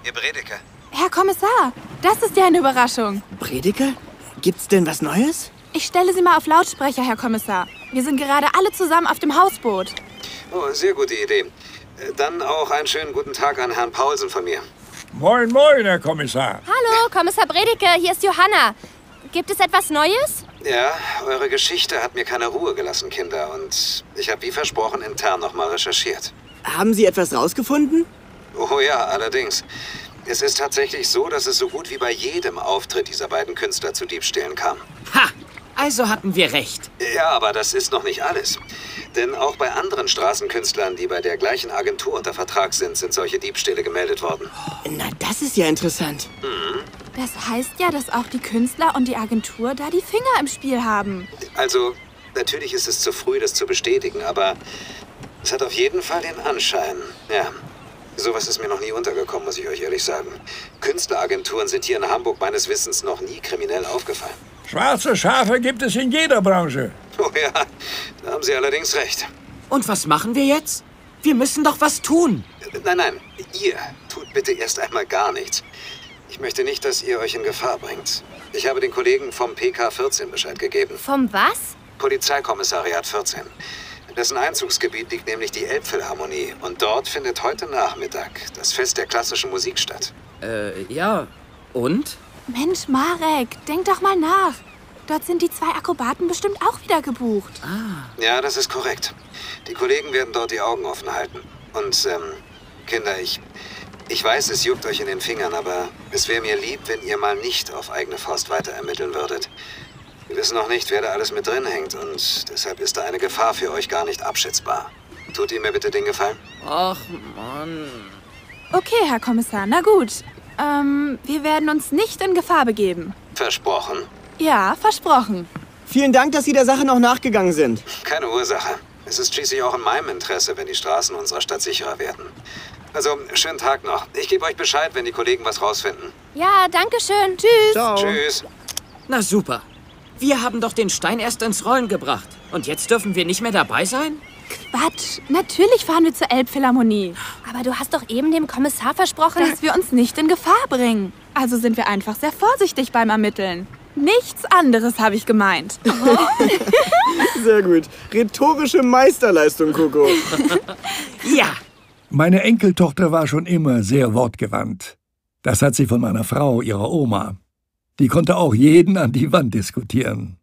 ihr Bredeke. Herr Kommissar, das ist ja eine Überraschung. Prediger? Gibt's denn was Neues? Ich stelle Sie mal auf Lautsprecher, Herr Kommissar. Wir sind gerade alle zusammen auf dem Hausboot. Oh, sehr gute Idee. Äh, Dann auch einen schönen guten Tag an Herrn Paulsen von mir. Moin, moin, Herr Kommissar. Hallo, Kommissar Bredeke, hier ist Johanna. Gibt es etwas Neues? Ja, eure Geschichte hat mir keine Ruhe gelassen, Kinder. Und ich habe wie versprochen intern nochmal recherchiert. Haben Sie etwas rausgefunden? Oh ja, allerdings. Es ist tatsächlich so, dass es so gut wie bei jedem Auftritt dieser beiden Künstler zu Diebstählen kam. Ha! Also hatten wir recht. Ja, aber das ist noch nicht alles. Denn auch bei anderen Straßenkünstlern, die bei der gleichen Agentur unter Vertrag sind, sind solche Diebstähle gemeldet worden. Na, das ist ja interessant. Mhm. Das heißt ja, dass auch die Künstler und die Agentur da die Finger im Spiel haben. Also, natürlich ist es zu früh, das zu bestätigen, aber es hat auf jeden Fall den Anschein. Ja. Sowas ist mir noch nie untergekommen, muss ich euch ehrlich sagen. Künstleragenturen sind hier in Hamburg meines Wissens noch nie kriminell aufgefallen. Schwarze Schafe gibt es in jeder Branche. Oh ja, da haben Sie allerdings recht. Und was machen wir jetzt? Wir müssen doch was tun. Nein, nein, ihr tut bitte erst einmal gar nichts. Ich möchte nicht, dass ihr euch in Gefahr bringt. Ich habe den Kollegen vom PK14 Bescheid gegeben. Vom was? Polizeikommissariat 14. Dessen Einzugsgebiet liegt nämlich die Elbphilharmonie und dort findet heute Nachmittag das Fest der klassischen Musik statt. Äh, ja. Und? Mensch, Marek, denk doch mal nach. Dort sind die zwei Akrobaten bestimmt auch wieder gebucht. Ah. Ja, das ist korrekt. Die Kollegen werden dort die Augen offen halten. Und, ähm, Kinder, ich, ich weiß, es juckt euch in den Fingern, aber es wäre mir lieb, wenn ihr mal nicht auf eigene Faust weiter ermitteln würdet. Wir wissen noch nicht, wer da alles mit drin hängt und deshalb ist da eine Gefahr für euch gar nicht abschätzbar. Tut ihr mir bitte den Gefallen? Ach, Mann. Okay, Herr Kommissar, na gut. Ähm, wir werden uns nicht in Gefahr begeben. Versprochen. Ja, versprochen. Vielen Dank, dass Sie der Sache noch nachgegangen sind. Keine Ursache. Es ist schließlich auch in meinem Interesse, wenn die Straßen unserer Stadt sicherer werden. Also, schönen Tag noch. Ich gebe euch Bescheid, wenn die Kollegen was rausfinden. Ja, danke schön. Tschüss. Tschüss. Na super. Wir haben doch den Stein erst ins Rollen gebracht. Und jetzt dürfen wir nicht mehr dabei sein? Quatsch, natürlich fahren wir zur Elbphilharmonie. Aber du hast doch eben dem Kommissar versprochen, Dass wir uns nicht in Gefahr bringen. Also sind wir einfach sehr vorsichtig beim Ermitteln. Nichts anderes habe ich gemeint. Oh, Sehr gut. Rhetorische Meisterleistung, Coco. ja. Meine Enkeltochter war schon immer sehr wortgewandt. Das hat sie von meiner Frau, ihrer Oma. Die konnte auch jeden an die Wand diskutieren.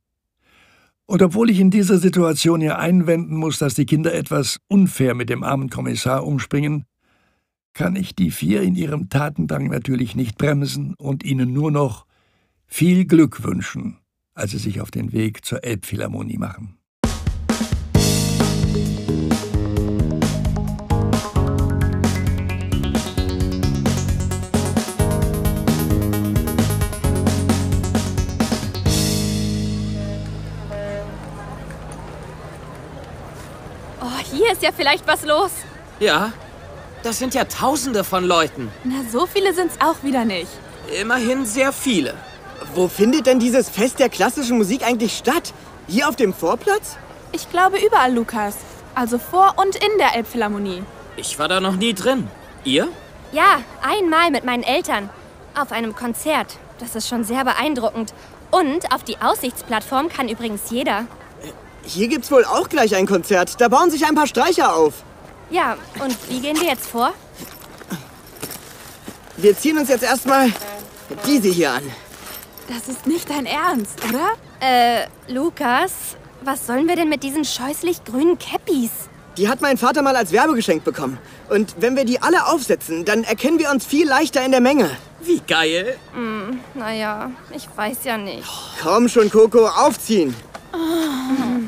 Und obwohl ich in dieser Situation ihr einwenden muss, dass die Kinder etwas unfair mit dem armen Kommissar umspringen, kann ich die vier in ihrem Tatendrang natürlich nicht bremsen und ihnen nur noch viel Glück wünschen, als sie sich auf den Weg zur Elbphilharmonie machen. oh, ja vielleicht was los. Ja, das sind ja Tausende von Leuten. Na, so viele sind's auch wieder nicht. Immerhin sehr viele. Wo findet denn dieses Fest der klassischen Musik eigentlich statt? Hier auf dem Vorplatz? Ich glaube überall, Lukas. Also vor und in der Elbphilharmonie. Ich war da noch nie drin. Ihr? Ja, einmal mit meinen Eltern. Auf einem Konzert. Das ist schon sehr beeindruckend. Und auf die Aussichtsplattform kann übrigens jeder. Hier gibt's wohl auch gleich ein Konzert. Da bauen sich ein paar Streicher auf. Ja, und wie gehen wir jetzt vor? Wir ziehen uns jetzt erstmal diese hier an. Das ist nicht dein Ernst, oder? Äh, Lukas, was sollen wir denn mit diesen scheußlich grünen Cappies? Die hat mein Vater mal als Werbegeschenk bekommen. Und wenn wir die alle aufsetzen, dann erkennen wir uns viel leichter in der Menge. Wie geil. Hm, naja, ich weiß ja nicht. Komm schon, Coco, aufziehen. Oh.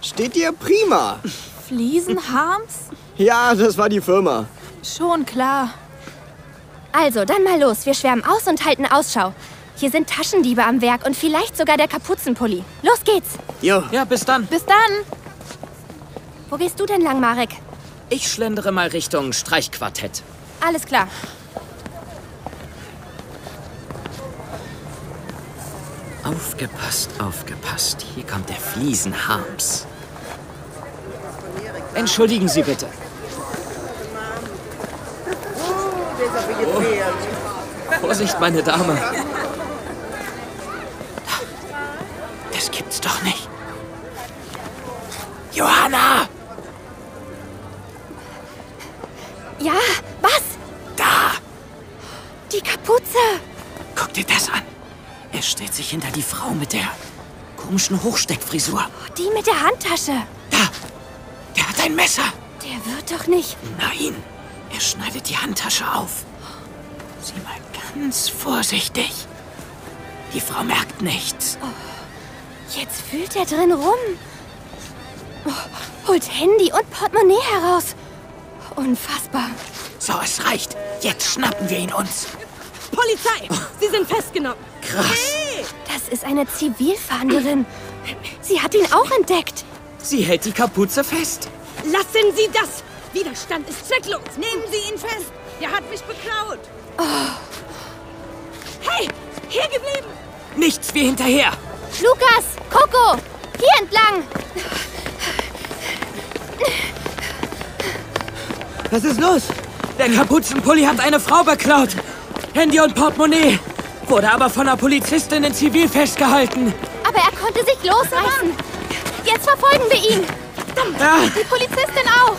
Steht dir prima. Fliesenharms? Ja, das war die Firma. Schon klar. Also, dann mal los. Wir schwärmen aus und halten Ausschau. Hier sind Taschendiebe am Werk und vielleicht sogar der Kapuzenpulli. Los geht's. Jo. Ja, bis dann. Bis dann. Wo gehst du denn lang, Marek? Ich schlendere mal Richtung Streichquartett. Alles klar. Aufgepasst, aufgepasst. Hier kommt der Fliesenharms. Entschuldigen Sie bitte. Vorsicht, meine Dame. Das gibt's doch nicht. Johanna! Ja, was? Da! Die Kapuze! Guck dir das an. Er stellt sich hinter die Frau mit der komischen Hochsteckfrisur. Die mit der Handtasche. Da! Der hat ein Messer. Der wird doch nicht. Nein, er schneidet die Handtasche auf. Sieh mal ganz vorsichtig. Die Frau merkt nichts. Jetzt fühlt er drin rum. Oh, holt Handy und Portemonnaie heraus. Unfassbar. So, es reicht. Jetzt schnappen wir ihn uns. Polizei! Sie sind festgenommen. Krass. Das ist eine Zivilfahnderin. Sie hat ihn auch entdeckt. Sie hält die Kapuze fest. Lassen Sie das! Widerstand ist zwecklos. Nehmen Sie ihn fest. Er hat mich beklaut. Oh. Hey, hier geblieben! Nichts wie hinterher. Lukas, Coco, hier entlang. Was ist los? Der Kapuzenpulli hat eine Frau beklaut. Handy und Portemonnaie. Wurde aber von einer Polizistin in Zivil festgehalten. Aber er konnte sich losreißen. Jetzt verfolgen wir ihn. Verdammt, Ja. die Polizistin auch.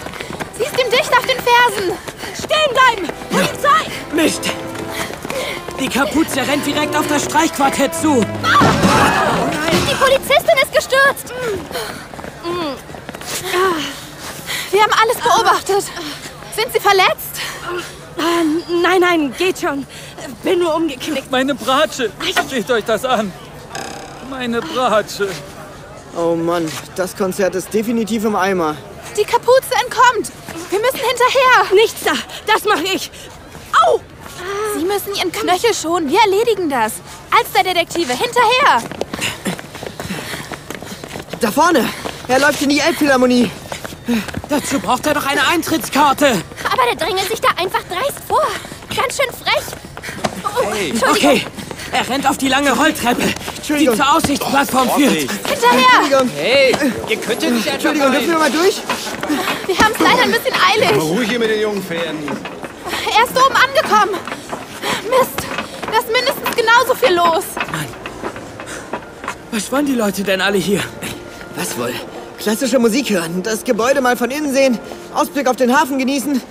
Sie ist ihm dicht nach den Fersen. Stehen bleiben! Polizei! Mist. Die Kapuze rennt direkt auf das Streichquartett zu. Die Polizistin ist gestürzt. Mm. Wir haben alles beobachtet. Sind Sie verletzt? Ah, nein, nein, geht schon. Bin nur umgeknickt. Meine Bratsche! Seht euch das an! Meine Bratsche! Oh Mann, das Konzert ist definitiv im Eimer. Die Kapuze entkommt. Wir müssen hinterher. Nichts da. Das mache ich. Au! Sie müssen Ihren Knöchel schonen. Wir erledigen das. Alsterdetektive, hinterher. Da vorne! Er läuft in die Elbphilharmonie. Dazu braucht er doch eine Eintrittskarte. Aber der drängelt sich da einfach dreist vor. Ganz schön frech. Oh, Entschuldigung. Okay. Er rennt auf die lange Rolltreppe, die Entschuldigung. Oh, zur Aussichtsplattform führt. Hinterher. Entschuldigung. Hey, ihr könntet nicht einfach Entschuldigung, dürfen wir rein. mal durch? Wir haben es leider ein bisschen eilig. Ruhig hier mit den jungen Pferden. Er ist oben angekommen. Mist. Da ist mindestens genauso viel los. Was wollen die Leute denn alle hier? Was wohl? Klassische Musik hören, das Gebäude mal von innen sehen, Ausblick auf den Hafen genießen.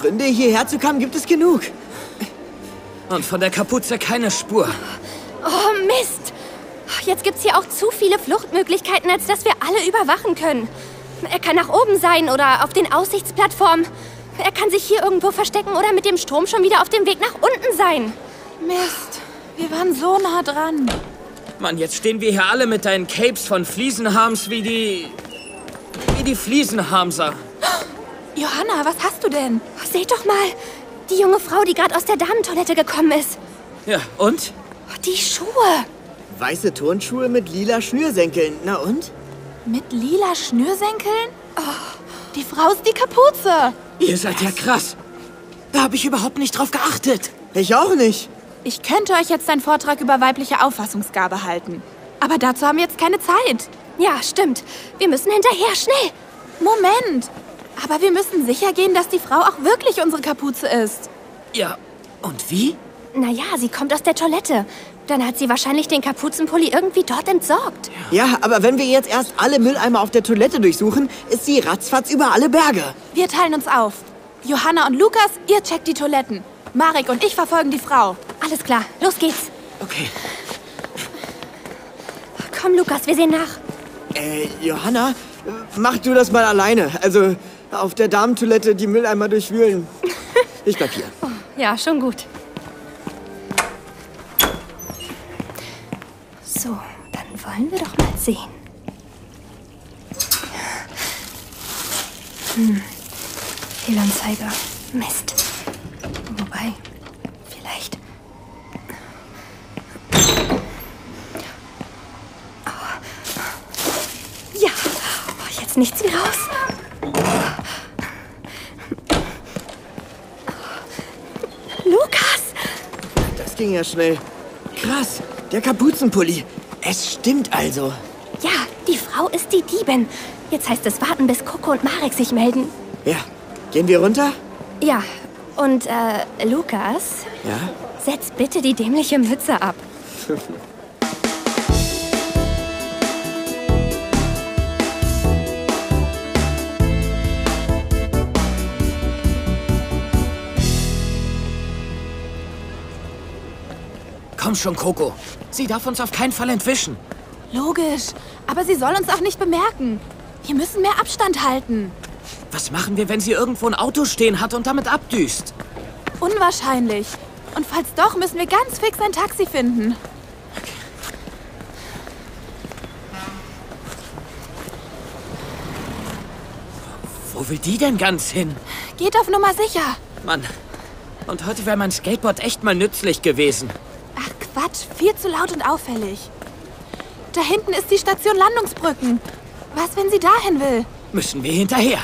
Gründe, hierher zu kommen, gibt es genug. Und von der Kapuze keine Spur. Oh, Mist. Jetzt gibt's hier auch zu viele Fluchtmöglichkeiten, als dass wir alle überwachen können. Er kann nach oben sein oder auf den Aussichtsplattformen. Er kann sich hier irgendwo verstecken oder mit dem Strom schon wieder auf dem Weg nach unten sein. Mist. Wir waren so nah dran. Mann, jetzt stehen wir hier alle mit deinen Capes von Fliesenharms wie die... wie die Fliesenhamser. Johanna, was hast du denn? Seht doch mal, die junge Frau, die gerade aus der Damentoilette gekommen ist. Ja, und? Die Schuhe Weiße Turnschuhe mit lila Schnürsenkeln. Na und? Mit lila Schnürsenkeln? Oh, Die Frau ist die Kapuze. Ihr seid ja krass. Da habe ich überhaupt nicht drauf geachtet. Ich auch nicht. Ich könnte euch jetzt einen Vortrag über weibliche Auffassungsgabe halten. Aber dazu haben wir jetzt keine Zeit. Ja, stimmt. Wir müssen hinterher, schnell. Moment. Aber wir müssen sicher gehen, dass die Frau auch wirklich unsere Kapuze ist. Ja, und wie? Naja, sie kommt aus der Toilette. Dann hat sie wahrscheinlich den Kapuzenpulli irgendwie dort entsorgt. Ja, aber wenn wir jetzt erst alle Mülleimer auf der Toilette durchsuchen, ist sie ratzfatz über alle Berge. Wir teilen uns auf. Johanna und Lukas, ihr checkt die Toiletten. Marek und ich verfolgen die Frau. Alles klar, los geht's. Okay. Komm, Lukas, wir sehen nach. Äh, Johanna, äh, mach du das mal alleine. Also auf der Damentoilette die Mülleimer durchwühlen. Ich bleib hier. Ja, schon gut. So, dann wollen wir doch mal sehen. Hm, Fehlanzeiger. Mist. Wobei, vielleicht. Aua. Ah. Ja, oh, jetzt nichts wie raus. Lukas! Das ging ja schnell. Krass, der Kapuzenpulli. Es stimmt also. Ja, die Frau ist die Diebin. Jetzt heißt es warten, bis Coco und Marek sich melden. Ja, gehen wir runter? Ja, und äh, Lukas, Ja. setz bitte die dämliche Mütze ab. Komm schon, Coco. Sie darf uns auf keinen Fall entwischen. Logisch. Aber sie soll uns auch nicht bemerken. Wir müssen mehr Abstand halten. Was machen wir, wenn sie irgendwo ein Auto stehen hat und damit abdüst? Unwahrscheinlich. Und falls doch, müssen wir ganz fix ein Taxi finden. Wo will die denn ganz hin? Geht auf Nummer sicher. Mann. Und heute wäre mein Skateboard echt mal nützlich gewesen. Quatsch, viel zu laut und auffällig. Da hinten ist die Station Landungsbrücken. Was, wenn sie dahin will? Müssen wir hinterher.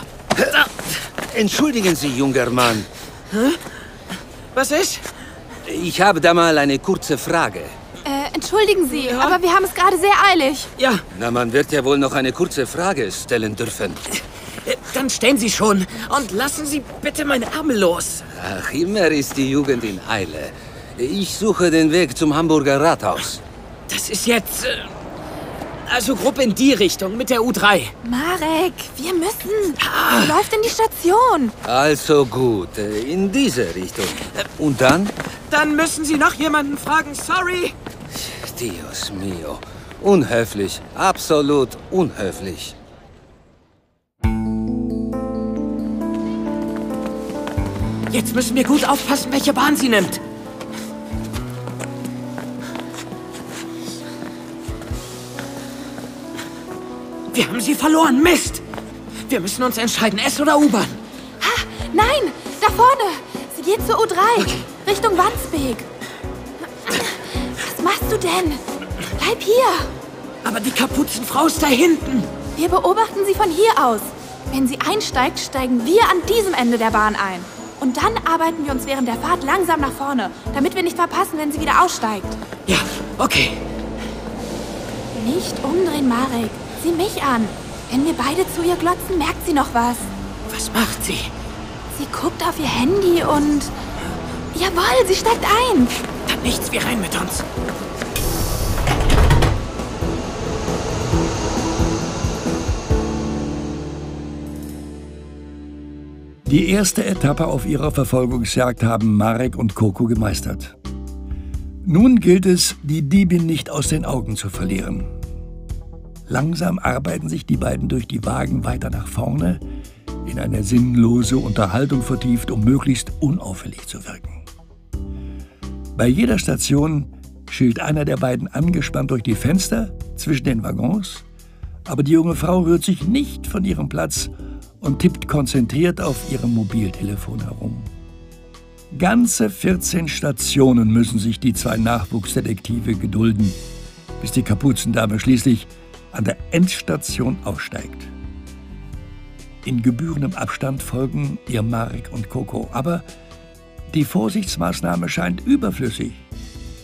Entschuldigen Sie, junger Mann. Was ist? Ich habe da mal eine kurze Frage. Äh, entschuldigen Sie, aber wir haben es gerade sehr eilig. Ja. Na, man wird ja wohl noch eine kurze Frage stellen dürfen. Äh, Dann stellen Sie schon und lassen Sie bitte meine Arme los. Ach, immer ist die Jugend in Eile. Ich suche den Weg zum Hamburger Rathaus. Das ist jetzt. äh, Also grob in die Richtung mit der U3. Marek, wir müssen. Ah. Sie läuft in die Station. Also gut, äh, in diese Richtung. Und dann? Dann müssen Sie noch jemanden fragen. Sorry. Dios mio. Unhöflich, absolut unhöflich. Jetzt müssen wir gut aufpassen, welche Bahn sie nimmt. Wir haben sie verloren. Mist! Wir müssen uns entscheiden, S oder U-Bahn. Nein, da vorne. Sie geht zur U3, Richtung Wandsbek. Was machst du denn? Bleib hier. Aber die Kapuzenfrau ist da hinten. Wir beobachten sie von hier aus. Wenn sie einsteigt, steigen wir an diesem Ende der Bahn ein. Und dann arbeiten wir uns während der Fahrt langsam nach vorne, damit wir nicht verpassen, wenn sie wieder aussteigt. Ja, okay. Nicht umdrehen, Marek. Sieh mich an. Wenn wir beide zu ihr glotzen, merkt sie noch was. Was macht sie? Sie guckt auf ihr Handy und... Jawohl, sie steigt ein. Dann nichts wie rein mit uns. Die erste Etappe auf ihrer Verfolgungsjagd haben Marek und Coco gemeistert. Nun gilt es, die Diebin nicht aus den Augen zu verlieren. Langsam arbeiten sich die beiden durch die Wagen weiter nach vorne, in eine sinnlose Unterhaltung vertieft, um möglichst unauffällig zu wirken. Bei jeder Station schielt einer der beiden angespannt durch die Fenster zwischen den Waggons, aber die junge Frau rührt sich nicht von ihrem Platz und tippt konzentriert auf ihrem Mobiltelefon herum. Ganze 14 Stationen müssen sich die zwei Nachwuchsdetektive gedulden, bis die Kapuzendame schließlich an der Endstation aussteigt. In gebührendem Abstand folgen ihr Marek und Coco. Aber die Vorsichtsmaßnahme scheint überflüssig.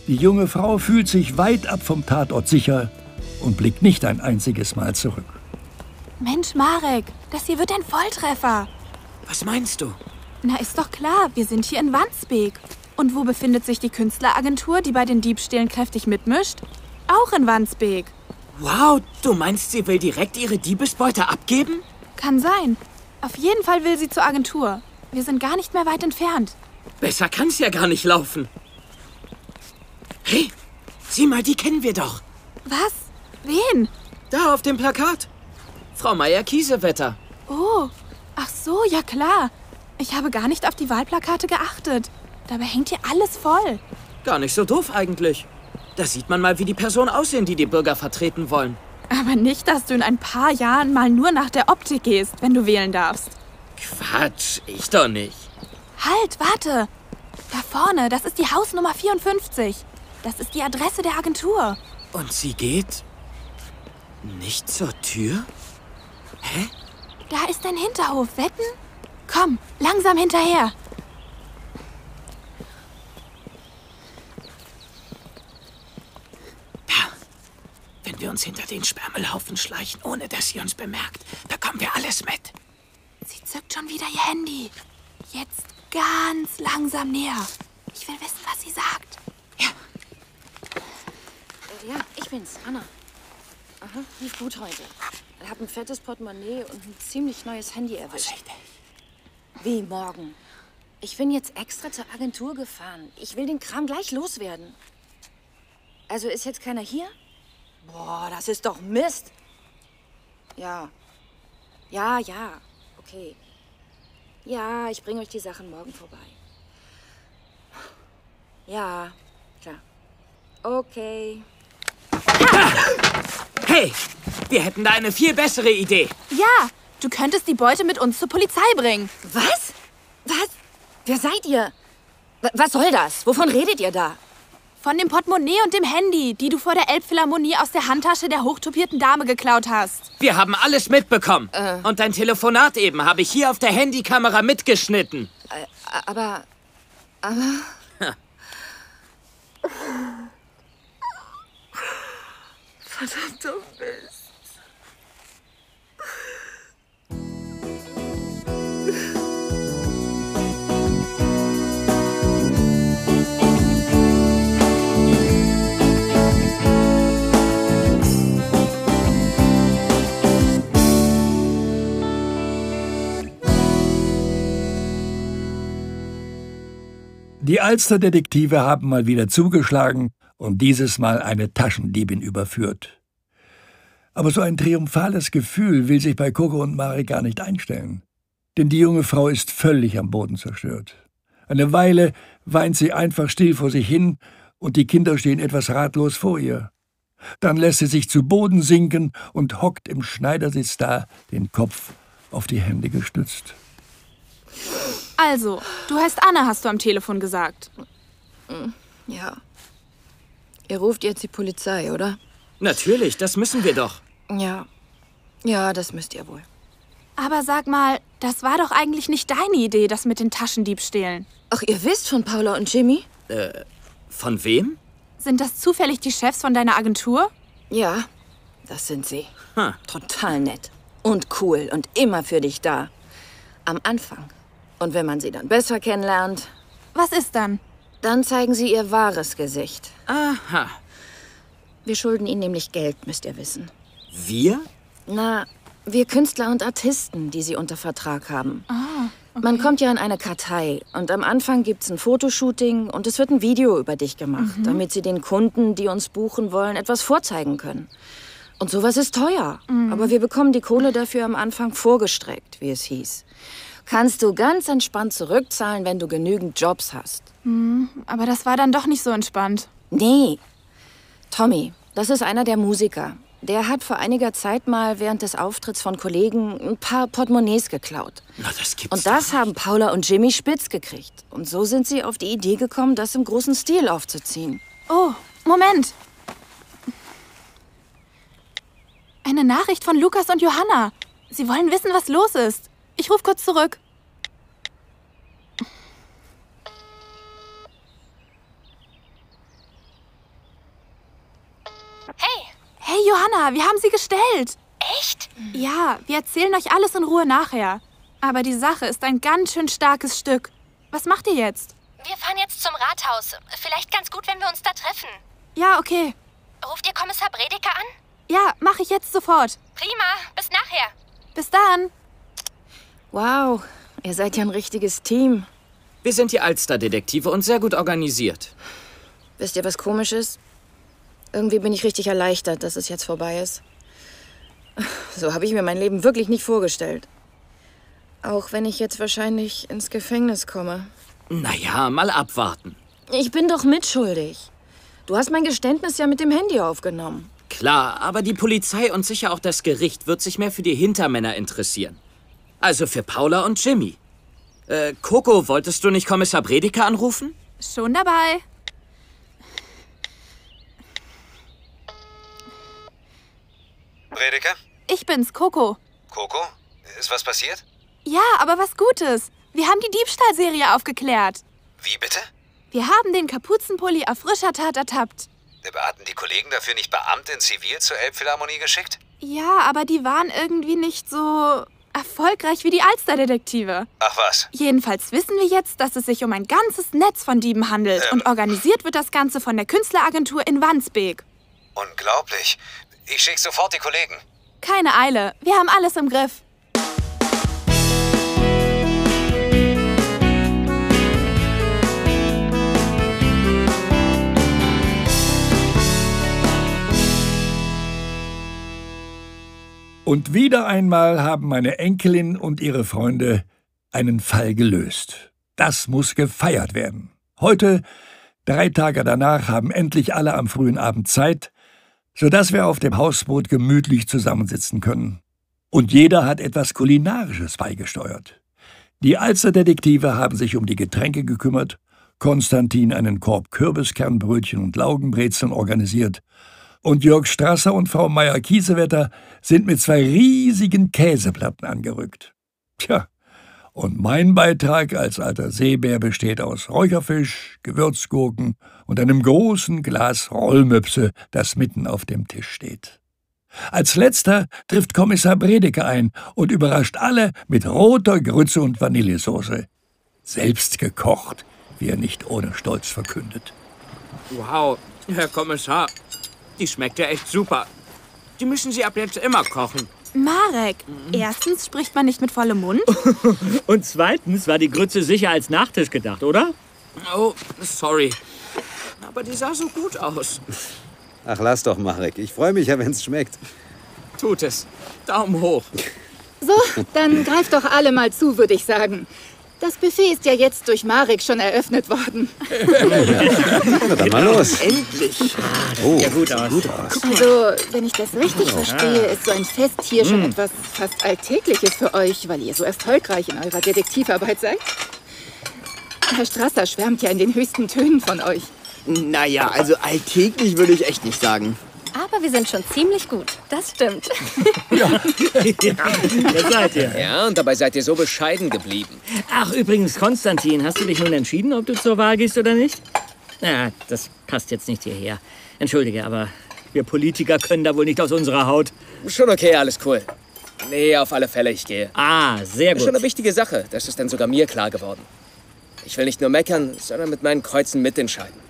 Die junge Frau fühlt sich weit ab vom Tatort sicher und blickt nicht ein einziges Mal zurück. Mensch, Marek, das hier wird ein Volltreffer. Was meinst du? Na, ist doch klar, wir sind hier in Wandsbek. Und wo befindet sich die Künstleragentur, die bei den Diebstählen kräftig mitmischt? Auch in Wandsbek. Wow, du meinst, sie will direkt ihre Diebesbeute abgeben? Kann sein. Auf jeden Fall will sie zur Agentur. Wir sind gar nicht mehr weit entfernt. Besser kann's ja gar nicht laufen. Hey, sieh mal, die kennen wir doch. Was? Wen? Da auf dem Plakat. Frau Meier-Kiesewetter. Oh, ach so, ja klar. Ich habe gar nicht auf die Wahlplakate geachtet. Dabei hängt hier alles voll. Gar nicht so doof eigentlich. Da sieht man mal, wie die Personen aussehen, die die Bürger vertreten wollen. Aber nicht, dass du in ein paar Jahren mal nur nach der Optik gehst, wenn du wählen darfst. Quatsch, ich doch nicht. Halt, warte! Da vorne, das ist die Hausnummer 54. Das ist die Adresse der Agentur. Und sie geht nicht zur Tür? Hä? Da ist ein Hinterhof, wetten? Komm, langsam hinterher. Wenn wir uns hinter den Spermelhaufen schleichen, ohne dass sie uns bemerkt, bekommen wir alles mit. Sie zückt schon wieder ihr Handy. Jetzt ganz langsam näher. Ich will wissen, was sie sagt. Ja, ich bin's, Anna. Aha, lief gut heute. Ich hab ein fettes Portemonnaie und ein ziemlich neues Handy erwischt. Wie morgen? Ich bin jetzt extra zur Agentur gefahren. Ich will den Kram gleich loswerden. Also ist jetzt keiner hier? Boah, das ist doch Mist. Ja. Ja, ja. Okay. Ja, ich bringe euch die Sachen morgen vorbei. Ja, klar. Okay. Hey, wir hätten da eine viel bessere Idee. Ja, du könntest die Beute mit uns zur Polizei bringen. Was? Was? Wer seid ihr? W was soll das? Wovon redet ihr da? Von dem Portemonnaie und dem Handy, die du vor der Elbphilharmonie aus der Handtasche der hochtopierten Dame geklaut hast. Wir haben alles mitbekommen. Und dein Telefonat eben habe ich hier auf der Handykamera mitgeschnitten. Äh, aber. Aber. Verdammter Mist. Die Alsterdetektive haben mal wieder zugeschlagen und dieses Mal eine Taschendiebin überführt. Aber so ein triumphales Gefühl will sich bei Coco und Mari gar nicht einstellen. Denn die junge Frau ist völlig am Boden zerstört. Eine Weile weint sie einfach still vor sich hin und die Kinder stehen etwas ratlos vor ihr. Dann lässt sie sich zu Boden sinken und hockt im Schneidersitz da, den Kopf auf die Hände gestützt. Also, du heißt Anna, hast du am Telefon gesagt. Hm, Ja. Ihr ruft jetzt die Polizei, oder? Natürlich, das müssen wir doch. Ja. Ja, das müsst ihr wohl. Aber sag mal, das war doch eigentlich nicht deine Idee, das mit den Taschendiebstählen. Ach, ihr wisst von Paula und Jimmy? Äh, von wem? Sind das zufällig die Chefs von deiner Agentur? Ja, das sind sie. Total nett und cool und immer für dich da. Am Anfang. Und wenn man sie dann besser kennenlernt. Was ist dann? Ah. Dann zeigen sie ihr wahres Gesicht. Aha. Wir schulden ihnen nämlich Geld, müsst ihr wissen. Wir? Na, wir Künstler und Artisten, die sie unter Vertrag haben. Ah, Man kommt ja an eine Kartei und am Anfang gibt's ein Fotoshooting und es wird ein Video über dich gemacht, Mhm. damit sie den Kunden, die uns buchen wollen, etwas vorzeigen können. Und sowas ist teuer, Mhm. aber wir bekommen die Kohle dafür am Anfang vorgestreckt, wie es hieß. Kannst du ganz entspannt zurückzahlen, wenn du genügend Jobs hast. Mhm. Hm, aber das war dann doch nicht so entspannt. Nee. Tommy, das ist einer der Musiker. Der hat vor einiger Zeit mal während des Auftritts von Kollegen ein paar Portemonnaies geklaut. Na, das gibt's. Und das haben Paula und Jimmy spitz gekriegt. Und so sind sie auf die Idee gekommen, das im großen Stil aufzuziehen. Oh, Moment. Eine Nachricht von Lukas und Johanna. Sie wollen wissen, was los ist. Ich rufe kurz zurück. Hey! Hey, Johanna, wir haben sie gestellt. Echt? Ja, wir erzählen euch alles in Ruhe nachher. Aber die Sache ist ein ganz schön starkes Stück. Was macht ihr jetzt? Wir fahren jetzt zum Rathaus. Vielleicht ganz gut, wenn wir uns da treffen. Ja, okay. Ruft ihr Kommissar Bredeker an? Ja, mache ich jetzt sofort. Prima, bis nachher. Bis dann. Wow, ihr seid ja ein richtiges Team. Wir sind die Alster-Detektive und sehr gut organisiert. Wisst ihr, was komisch ist? Irgendwie bin ich richtig erleichtert, dass es jetzt vorbei ist. So habe ich mir mein Leben wirklich nicht vorgestellt. Auch wenn ich jetzt wahrscheinlich ins Gefängnis komme. Naja, mal abwarten. Ich bin doch mitschuldig. Du hast mein Geständnis ja mit dem Handy aufgenommen. Klar, aber die Polizei und sicher auch das Gericht wird sich mehr für die Hintermänner interessieren. Also für Paula und Jimmy. Äh, Coco, wolltest du nicht Kommissar Bredeker anrufen? Schon dabei. Bredeker? Ich bin's, Coco. Coco? Ist was passiert? Ja, aber was Gutes. Wir haben die Diebstahlserie aufgeklärt. Wie bitte? Wir haben den Kapuzenpulli auf frischer Tat ertappt. Hatten die Kollegen dafür nicht Beamte in Zivil zur Elbphilharmonie geschickt? Ja, aber die waren irgendwie nicht so erfolgreich wie die Alsterdetektive. Ach was. Jedenfalls wissen wir jetzt, dass es sich um ein ganzes Netz von Dieben handelt und organisiert wird das Ganze von der Künstleragentur in Wandsbek. Unglaublich. Ich schicke sofort die Kollegen. Keine Eile, wir haben alles im Griff. Und wieder einmal haben meine Enkelin und ihre Freunde einen Fall gelöst. Das muss gefeiert werden. Heute, drei Tage danach, haben endlich alle am frühen Abend Zeit, sodass wir auf dem Hausboot gemütlich zusammensitzen können. Und jeder hat etwas Kulinarisches beigesteuert. Die Alsterdetektive haben sich um die Getränke gekümmert, Konstantin einen Korb Kürbiskernbrötchen und Laugenbrezeln organisiert und Jörg Strasser und Frau Meier-Kiesewetter sind mit zwei riesigen Käseplatten angerückt. Tja, und mein Beitrag als alter Seebär besteht aus Räucherfisch, Gewürzgurken und einem großen Glas Rollmöpse, das mitten auf dem Tisch steht. Als letzter trifft Kommissar Bredeke ein und überrascht alle mit roter Grütze und Vanillesoße. Selbst gekocht, wie er nicht ohne Stolz verkündet. Wow, Herr Kommissar, die schmeckt ja echt super. Die müssen Sie ab jetzt immer kochen. Marek, erstens spricht man nicht mit vollem Mund. Und zweitens war die Grütze sicher als Nachtisch gedacht, oder? Oh, sorry. Aber die sah so gut aus. Ach, lass doch, Marek. Ich freue mich ja, wenn's schmeckt. Tut es. Daumen hoch. So, dann greift doch alle mal zu, würde ich sagen. Das Buffet ist ja jetzt durch Marek schon eröffnet worden. Na dann mal los. Endlich. Oh, Ah, ja gut aus. Gut aus. Also, wenn ich das richtig verstehe, ist so ein Fest hier schon etwas fast Alltägliches für euch, weil ihr so erfolgreich in eurer Detektivarbeit seid. Herr Strasser schwärmt ja in den höchsten Tönen von euch. Naja, also alltäglich würde ich echt nicht sagen. Aber wir sind schon ziemlich gut. Das stimmt. Da seid ihr. Ja, und dabei seid ihr so bescheiden geblieben. Ach, übrigens, Konstantin, hast du dich nun entschieden, ob du zur Wahl gehst oder nicht? Na, das passt jetzt nicht hierher. Entschuldige, aber wir Politiker können da wohl nicht aus unserer Haut. Schon okay, alles cool. Nee, auf alle Fälle, ich gehe. Ah, sehr Das ist schon gut. eine wichtige Sache. Das ist dann sogar mir klar geworden. Ich will nicht nur meckern, sondern mit meinen Kreuzen mitentscheiden.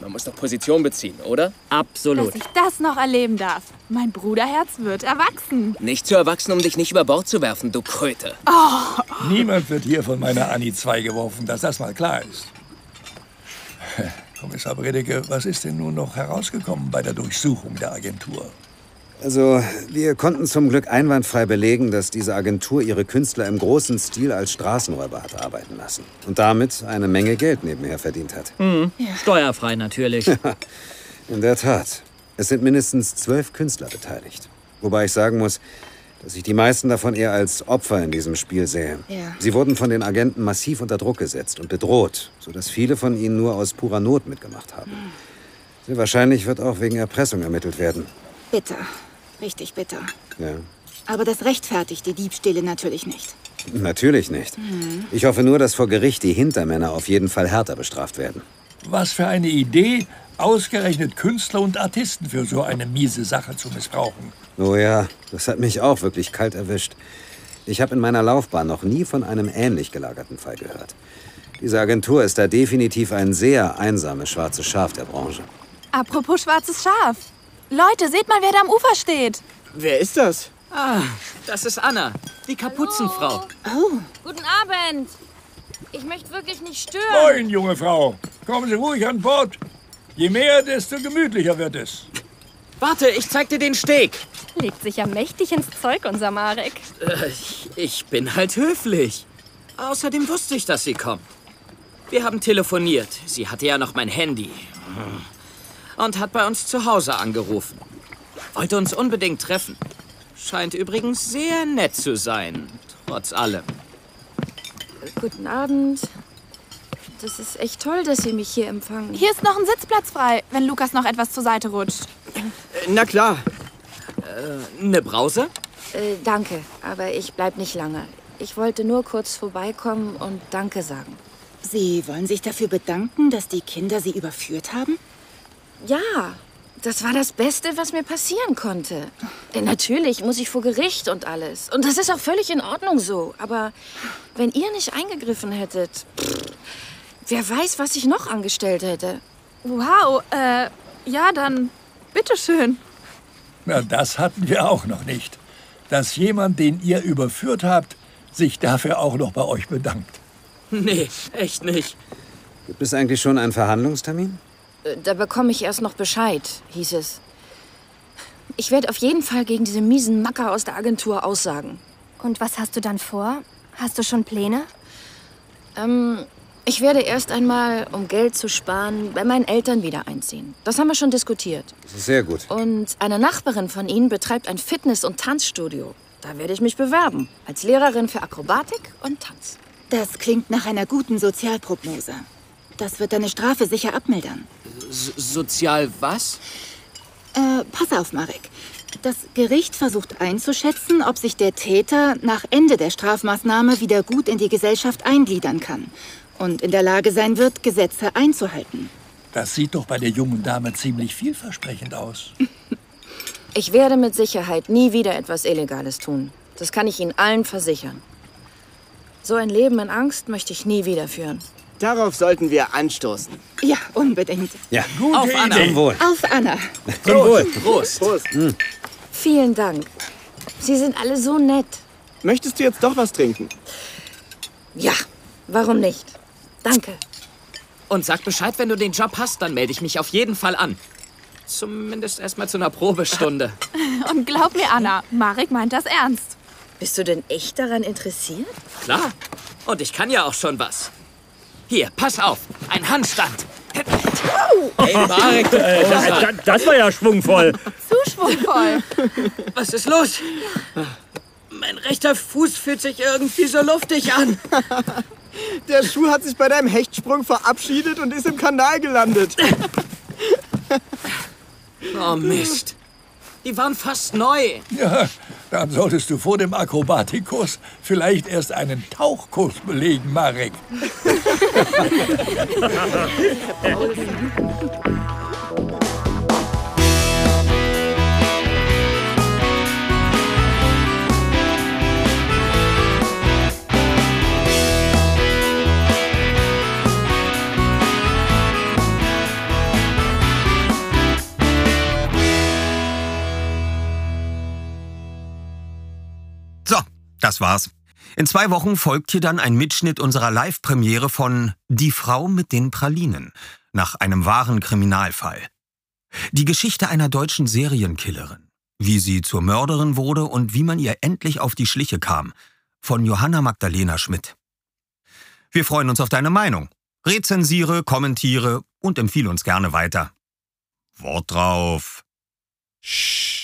Man muss doch Position beziehen, oder? Absolut. Dass ich das noch erleben darf. Mein Bruderherz wird erwachsen. Nicht zu erwachsen, um dich nicht über Bord zu werfen, du Kröte. Oh, Niemand wird hier von meiner Annie 2 geworfen, dass das mal klar ist. Kommissar Bredeke, was ist denn nun noch herausgekommen bei der Durchsuchung der Agentur? Also, wir konnten zum Glück einwandfrei belegen, dass diese Agentur ihre Künstler im großen Stil als Straßenräuber hat arbeiten lassen. Und damit eine Menge Geld nebenher verdient hat. Hm, Steuerfrei natürlich. In der Tat. Es sind mindestens zwölf Künstler beteiligt. Wobei ich sagen muss, dass ich die meisten davon eher als Opfer in diesem Spiel sehe. Ja. Sie wurden von den Agenten massiv unter Druck gesetzt und bedroht, sodass viele von ihnen nur aus purer Not mitgemacht haben. Sehr wahrscheinlich wird auch wegen Erpressung ermittelt werden. Bitter. Richtig bitter. Ja. Aber das rechtfertigt die Diebstähle natürlich nicht. Natürlich nicht. Hm. Ich hoffe nur, dass vor Gericht die Hintermänner auf jeden Fall härter bestraft werden. Was für eine Idee, ausgerechnet Künstler und Artisten für so eine miese Sache zu missbrauchen. Oh ja, das hat mich auch wirklich kalt erwischt. Ich habe in meiner Laufbahn noch nie von einem ähnlich gelagerten Fall gehört. Diese Agentur ist da definitiv ein sehr einsames schwarzes Schaf der Branche. Apropos schwarzes Schaf. Leute, seht mal, wer da am Ufer steht. Wer ist das? Ah, das ist Anna, die Kapuzenfrau. Guten Abend. Ich möchte wirklich nicht stören. Moin, junge Frau. Kommen Sie ruhig an Bord. Je mehr, desto gemütlicher wird es. Warte, ich zeig dir den Steg. Legt sich ja mächtig ins Zeug, unser Marek. Äh, ich- Ich bin halt höflich. Außerdem wusste ich, dass sie kommt. Wir haben telefoniert. Sie hatte ja noch mein Handy. Und hat bei uns zu Hause angerufen. Wollte uns unbedingt treffen. Scheint übrigens sehr nett zu sein. Trotz allem. Guten Abend. Das ist echt toll, dass Sie mich hier empfangen. Hier ist noch ein Sitzplatz frei, wenn Lukas noch etwas zur Seite rutscht. Na klar. Äh, ne Brause? Äh, danke, aber ich bleib nicht lange. Ich wollte nur kurz vorbeikommen und Danke sagen. Sie wollen sich dafür bedanken, dass die Kinder sie überführt haben? Ja, das war das Beste, was mir passieren konnte. Denn natürlich muss ich vor Gericht und alles. Und das ist auch völlig in Ordnung so. Aber wenn ihr nicht eingegriffen hättet, pff, wer weiß, was ich noch angestellt hätte. Wow, äh, ja, dann bitteschön. Na, das hatten wir auch noch nicht. Dass jemand, den ihr überführt habt, sich dafür auch noch bei euch bedankt. Nee, echt nicht. Gibt es eigentlich schon einen Verhandlungstermin? Äh, Da bekomme ich erst noch Bescheid, hieß es. Ich werde auf jeden Fall gegen diese miesen Macker aus der Agentur aussagen. Und was hast du dann vor? Hast du schon Pläne? Ähm, ich werde erst einmal, um Geld zu sparen, bei meinen Eltern wieder einziehen. Das haben wir schon diskutiert. Das ist sehr gut. Und eine Nachbarin von Ihnen betreibt ein Fitness- und Tanzstudio. Da werde ich mich bewerben. Als Lehrerin für Akrobatik und Tanz. Das klingt nach einer guten Sozialprognose. Das wird deine Strafe sicher abmildern. S sozial was? Äh, pass auf, Marek. Das Gericht versucht einzuschätzen, ob sich der Täter nach Ende der Strafmaßnahme wieder gut in die Gesellschaft eingliedern kann und in der Lage sein wird, Gesetze einzuhalten. Das sieht doch bei der jungen Dame ziemlich vielversprechend aus. Ich werde mit Sicherheit nie wieder etwas Illegales tun. Das kann ich Ihnen allen versichern. So ein Leben in Angst möchte ich nie wieder führen. Darauf sollten wir anstoßen. Ja, unbedingt. Ja, Gute Auf Anna. Idee. Zum Wohl. Auf Anna. Zum Wohl. Hm. Prost. Prost. Vielen Dank. Sie sind alle so nett. Möchtest du jetzt doch was trinken? Ja, warum nicht? Danke. Und sag Bescheid, wenn du den Job hast, dann melde ich mich auf jeden Fall an. Zumindest erstmal zu einer Probestunde. Und glaub mir, Anna, Marek meint das ernst. Bist du denn echt daran interessiert? Klar. Und ich kann ja auch schon was. Hier, pass auf. Ein Handstand. Ey, Marek, du Äh, das, Großer. das, das war ja schwungvoll. Zuschwungvoll. Was ist los? Mein rechter Fuß fühlt sich irgendwie so luftig an. Der Schuh hat sich bei deinem Hechtsprung verabschiedet und ist im Kanal gelandet. Oh Mist. Die waren fast neu. Ja, dann solltest du vor dem Akrobatikkurs vielleicht erst einen Tauchkurs belegen, Marek. So, das war's. In zwei Wochen folgt hier dann ein Mitschnitt unserer Live-Premiere von Die Frau mit den Pralinen nach einem wahren Kriminalfall. Die Geschichte einer deutschen Serienkillerin, wie sie zur Mörderin wurde und wie man ihr endlich auf die Schliche kam, von Johanna Magdalena Schmidt. Wir freuen uns auf deine Meinung. Rezensiere, kommentiere und empfehle uns gerne weiter. Wort drauf. Shh.